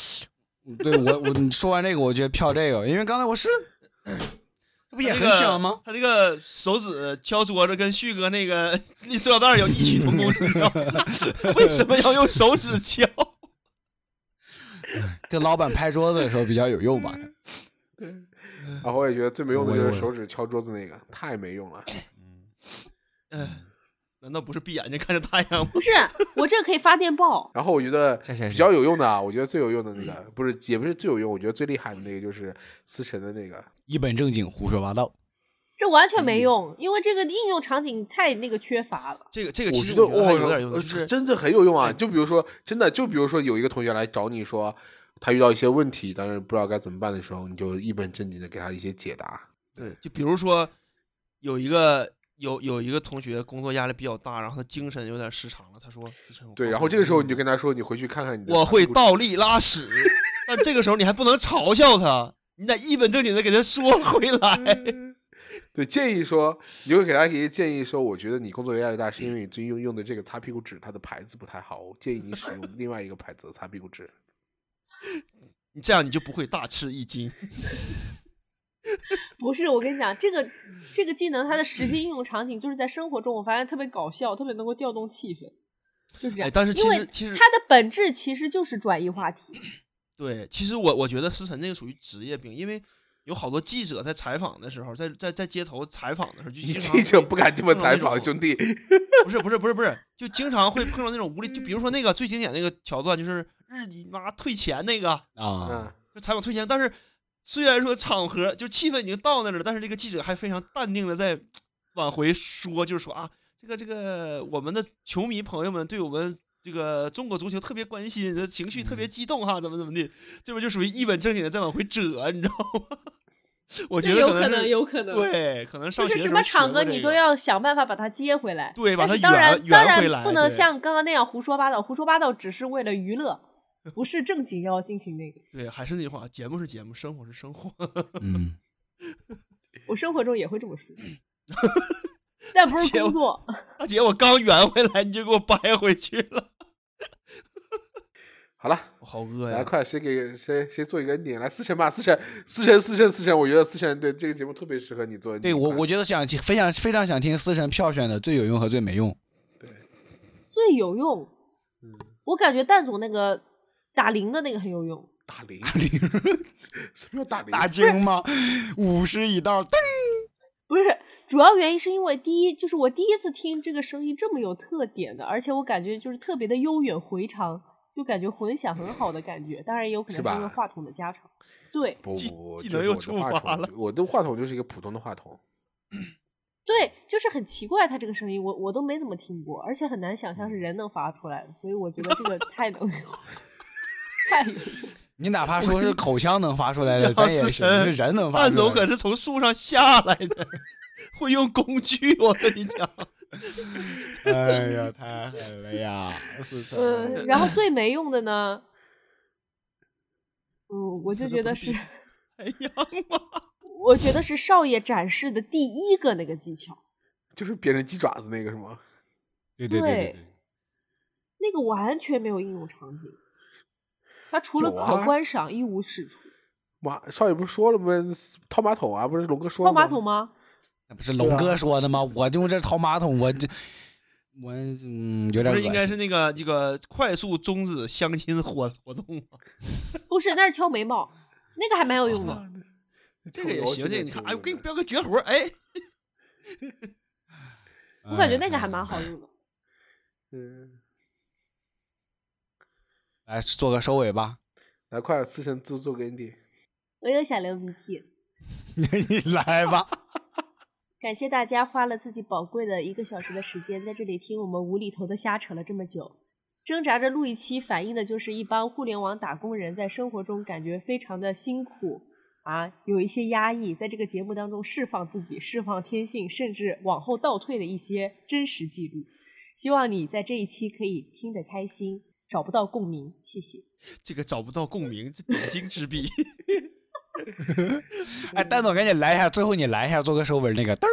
C: 对我我你说完这个，我觉得票这个，因为刚才我 是，这不也很小吗？
D: 他这个手指敲桌子跟旭哥那个 拎塑料袋儿有异曲同工之妙， 为什么要用手指敲？
C: 跟老板拍桌子的时候比较有用吧？
D: 嗯
A: 然后我也觉得最没用的就
C: 我也
A: 是手指敲桌子那个，太没用了。嗯
D: 哎难道不是闭眼睛看着太阳吗？
B: 不是我这个可以发电报，
A: 然后我觉得
C: 下下
A: 比较有用的啊，我觉得最有用的那
D: 嗯
A: 个不是也不是最有用，我觉得最厉害的那个就是思辰的那个，
C: 一本正经胡说八道，
B: 这完全
C: 嗯
B: 没用，因为这个应用场景太那个缺乏了。
D: 这个这个
A: 我
D: 其
A: 觉
D: 实
A: 得
D: 我觉得
A: 哇
D: 还有点用，就
A: 呃
D: 是哎
A: 真的很有用啊！就比如说，真的，就比如说有一个同学来找你说他遇到一些问题，但是不知道该怎么办的时候，你就一本正经的给他一些解答。
D: 对，就比如说有一个有有一个同学工作压力比较大，然后他精神有点失常了，他说：“思辰我
A: 对，
D: 告
A: 然
D: 诉
A: 后
D: 你
A: 这个时候你就跟他说，你回去看看你的。
D: 哦我会倒立拉屎，但这个时候你还不能嘲笑他，你得一本正经的给他说回
A: 嗯
D: 来。
A: 哎
B: 嗯
A: 对，建议说，你会给他一些建议说，我觉得你工作压力大是因为你最近用用的这个擦屁股纸它的牌子不太好，我建议你使用另外一个牌子的擦屁股 纸。
D: 你这样你就不会大吃一惊。
B: 不是，我跟你讲，这个这个技能它的实际应用场景就是在生活中，我发现特别搞笑，特别能够调动气氛，就是这样。
D: 哎但是其
B: 因
D: 实
B: 为
D: 其实
B: 它的本质其实就是转移话题，
D: 对，其实我我觉得思辰这个属于职业病，因为有好多记者在采访的时候，在在在街头采访的时候，就
A: 你
D: 经常
A: 记者不敢这么
D: 碰到
A: 采
D: 那
A: 访，
D: 种
A: 兄弟。
D: 不是不是不是不是，就经常会碰到那种无理，就比如说那个最经典那个桥段，就是日你妈退钱那个，
C: 啊
A: 嗯，，
D: 就采访退钱，但是虽然说场合就气氛已经到那儿了，但是这个记者还非常淡定的在往回说，就是说啊，这个这个我们的球迷朋友们对我们。这个中国足球特别关心，情绪特别激动哈，怎么怎么地，这边就属于一本正经的在往回折，你知道吗？ 我觉
B: 这
D: 得
B: 有可
D: 能
B: 能，
D: 是
B: 有可能，
D: 对，可能上
B: 就
D: 学
B: 是
D: 的时
B: 什
D: 候
B: 么场
D: 学
B: 合
D: 过
B: 你
D: 这
B: 都
D: 个
B: 要想办法把它接回来。
D: 对把
B: 但
D: 它
B: 是当然
D: 圆
B: 当
D: 圆回
B: 然
D: 来
B: 不能
D: 对
B: 像刚刚那样胡说八道，胡说八道只是为了娱乐，不是正经要进行那个。
D: 对，还是那句话，节目是节目，生活是生活。
C: 嗯，
B: 我生活中也会这么 说，但不是工作。
D: 大姐，我刚圆回来，你就给我掰回去了，
A: 好了，
D: 我好饿
A: 来
D: 呀！
A: 快，谁给谁谁做一个 ending？来，思辰吧，思辰，思辰，思辰，思辰，我觉得思辰对这个节目特别适合你做 ending 吧。
C: 对我我觉得想非常非常想听思神票选的最有用和最没用。
B: 最有用。
D: 嗯
B: 我感觉蛋总那个打零的那个很有用，
A: 打铃，什么叫打铃？
C: 大惊吗？五十一 道，噔！
B: 不是主要原因是因为第一就是我第一次听这个声音这么有特点的，而且我感觉就是特别的悠远回长，就感觉混响很好的感觉。当然也有可能
A: 是吧
B: 是因为话筒的加长。对
A: 不
D: 技
A: 不不，
D: 技
A: 就
D: 能
A: 是
D: 又
A: 我的
D: 触
A: 话
D: 发
A: 筒
D: 了
A: 就我的话筒就是一个普通的话筒。
B: 对，就是很奇怪，他这个声音我我都没怎么听过，而且很难想
A: 嗯
B: 象是人能发出来的，所以我觉得这个 太能太有用。
C: 你哪怕说是口腔能发出来的，
D: 然后
C: 咱也
D: 思
C: 是
D: 辰
C: 人能发
D: 范
C: 出
D: 总
C: 来
D: 可
C: 的。
D: 是从树上下来的，会用工具，我跟你讲。
C: 哎呀，太狠了呀！思
D: 呃
B: 嗯，
C: 辰，
B: 然后最没用的呢，嗯， 我就觉得是，
D: 哎呀妈！
B: 我觉得是少爷展示的第一个那个技巧，
A: 就是别人鸡爪子那个是吗？
C: 对对对对
B: 对那个完全没有应用场景，它除了
A: 有啊
B: 可观赏一无是处。
A: 妈，少爷不是说了吗？掏马桶啊，不是龙哥说了
B: 放
A: 吗
B: 马桶吗？
C: 那不是龙
D: 啊
C: 哥说的吗？我就用这掏马桶，我这我嗯有点
D: 不
C: 恶
D: 是
C: 心。
D: 应该是那个这个快速终止相亲活活动吗？
B: 不是，那是挑眉毛，那个还蛮有 用的。
D: 这个也行，这个你看，哎，我给你标个绝活，哎，
B: 我感觉
A: 哎
B: 那个还蛮好用的。
A: 嗯，
C: 哎。来做个收尾吧，
A: 来快，四神做做给你。
B: 我又想流鼻涕。
C: 你来吧。
B: 感谢大家花了自己宝贵的一个小时的时间在这里听我们无厘头的瞎扯了这么久。挣扎着录一期，反映的就是一帮互联网打工人在生活中感觉非常的辛苦啊，有一些压抑，在这个节目当中释放自己、释放天性，甚至往后倒退的一些真实记录。希望你在这一期可以听得开心，找不到共鸣，谢谢。
D: 这个找不到共鸣，这点睛之笔。
C: 哎，蛋总，赶紧来一下，最后你来一下，做个收尾那个嘚儿。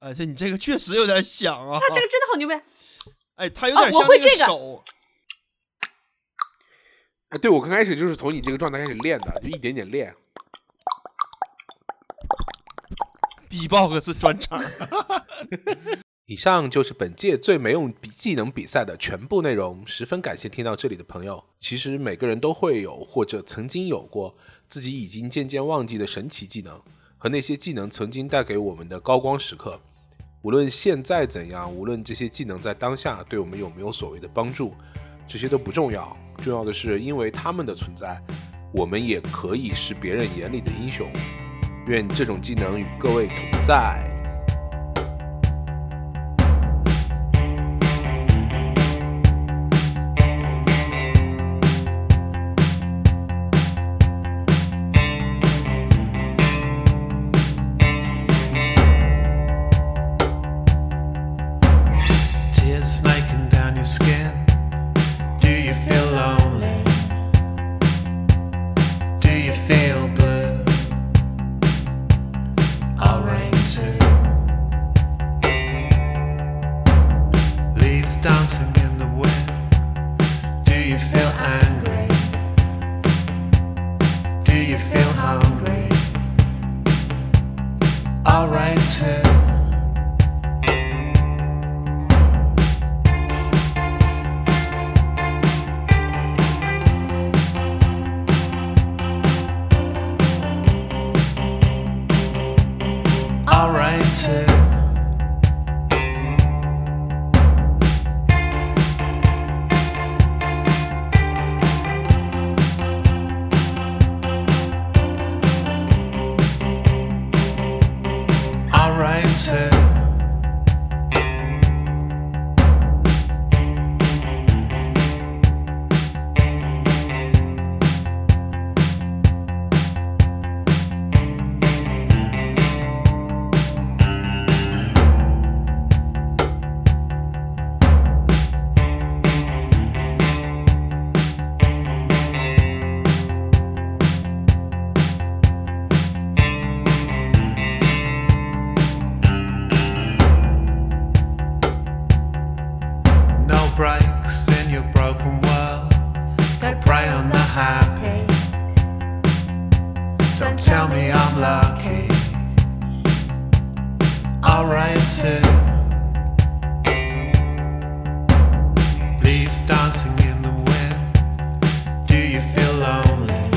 D: 而且你哎这个确实有点像啊
B: 他，这个真的好牛掰！
D: 哎，他有
B: 啊
D: 点
B: 我
D: 像
B: 会
D: 那个
B: 这个
D: 手，
A: 哎，对我刚开始就是从你这个状态开始练的，就一点点练。
D: b b o x 专场。
A: 以上就是本届最没用比技能比赛的全部内容，十分感谢听到这里的朋友。其实每个人都会有或者曾经有过自己已经渐渐忘记的神奇技能，和那些技能曾经带给我们的高光时刻。无论现在怎样，无论这些技能在当下对我们有没有所谓的帮助，这些都不重要。重要的是，因为他们的存在，我们也可以是别人眼里的英雄。愿这种技能与各位同在。
G: Tears snaking down your skin. Do you feel lonely? Do you feel blue? I'll ring too. Leaves dancing in the wind. Do you feel angry? Do you feel hungry? I'll ring too. alright too. Alright too. No breaks in your broken world. Don't prey on the happy. Don't tell me I'm lucky. Alright too. Leaves dancing in the wind. Do you feel lonely?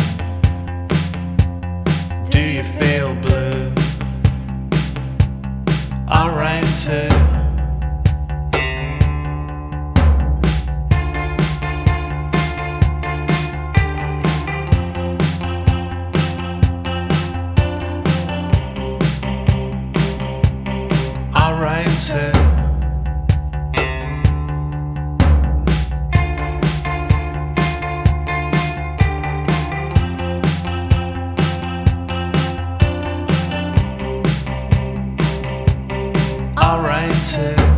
G: Do you feel blue? Alright too. alright too. Alright too.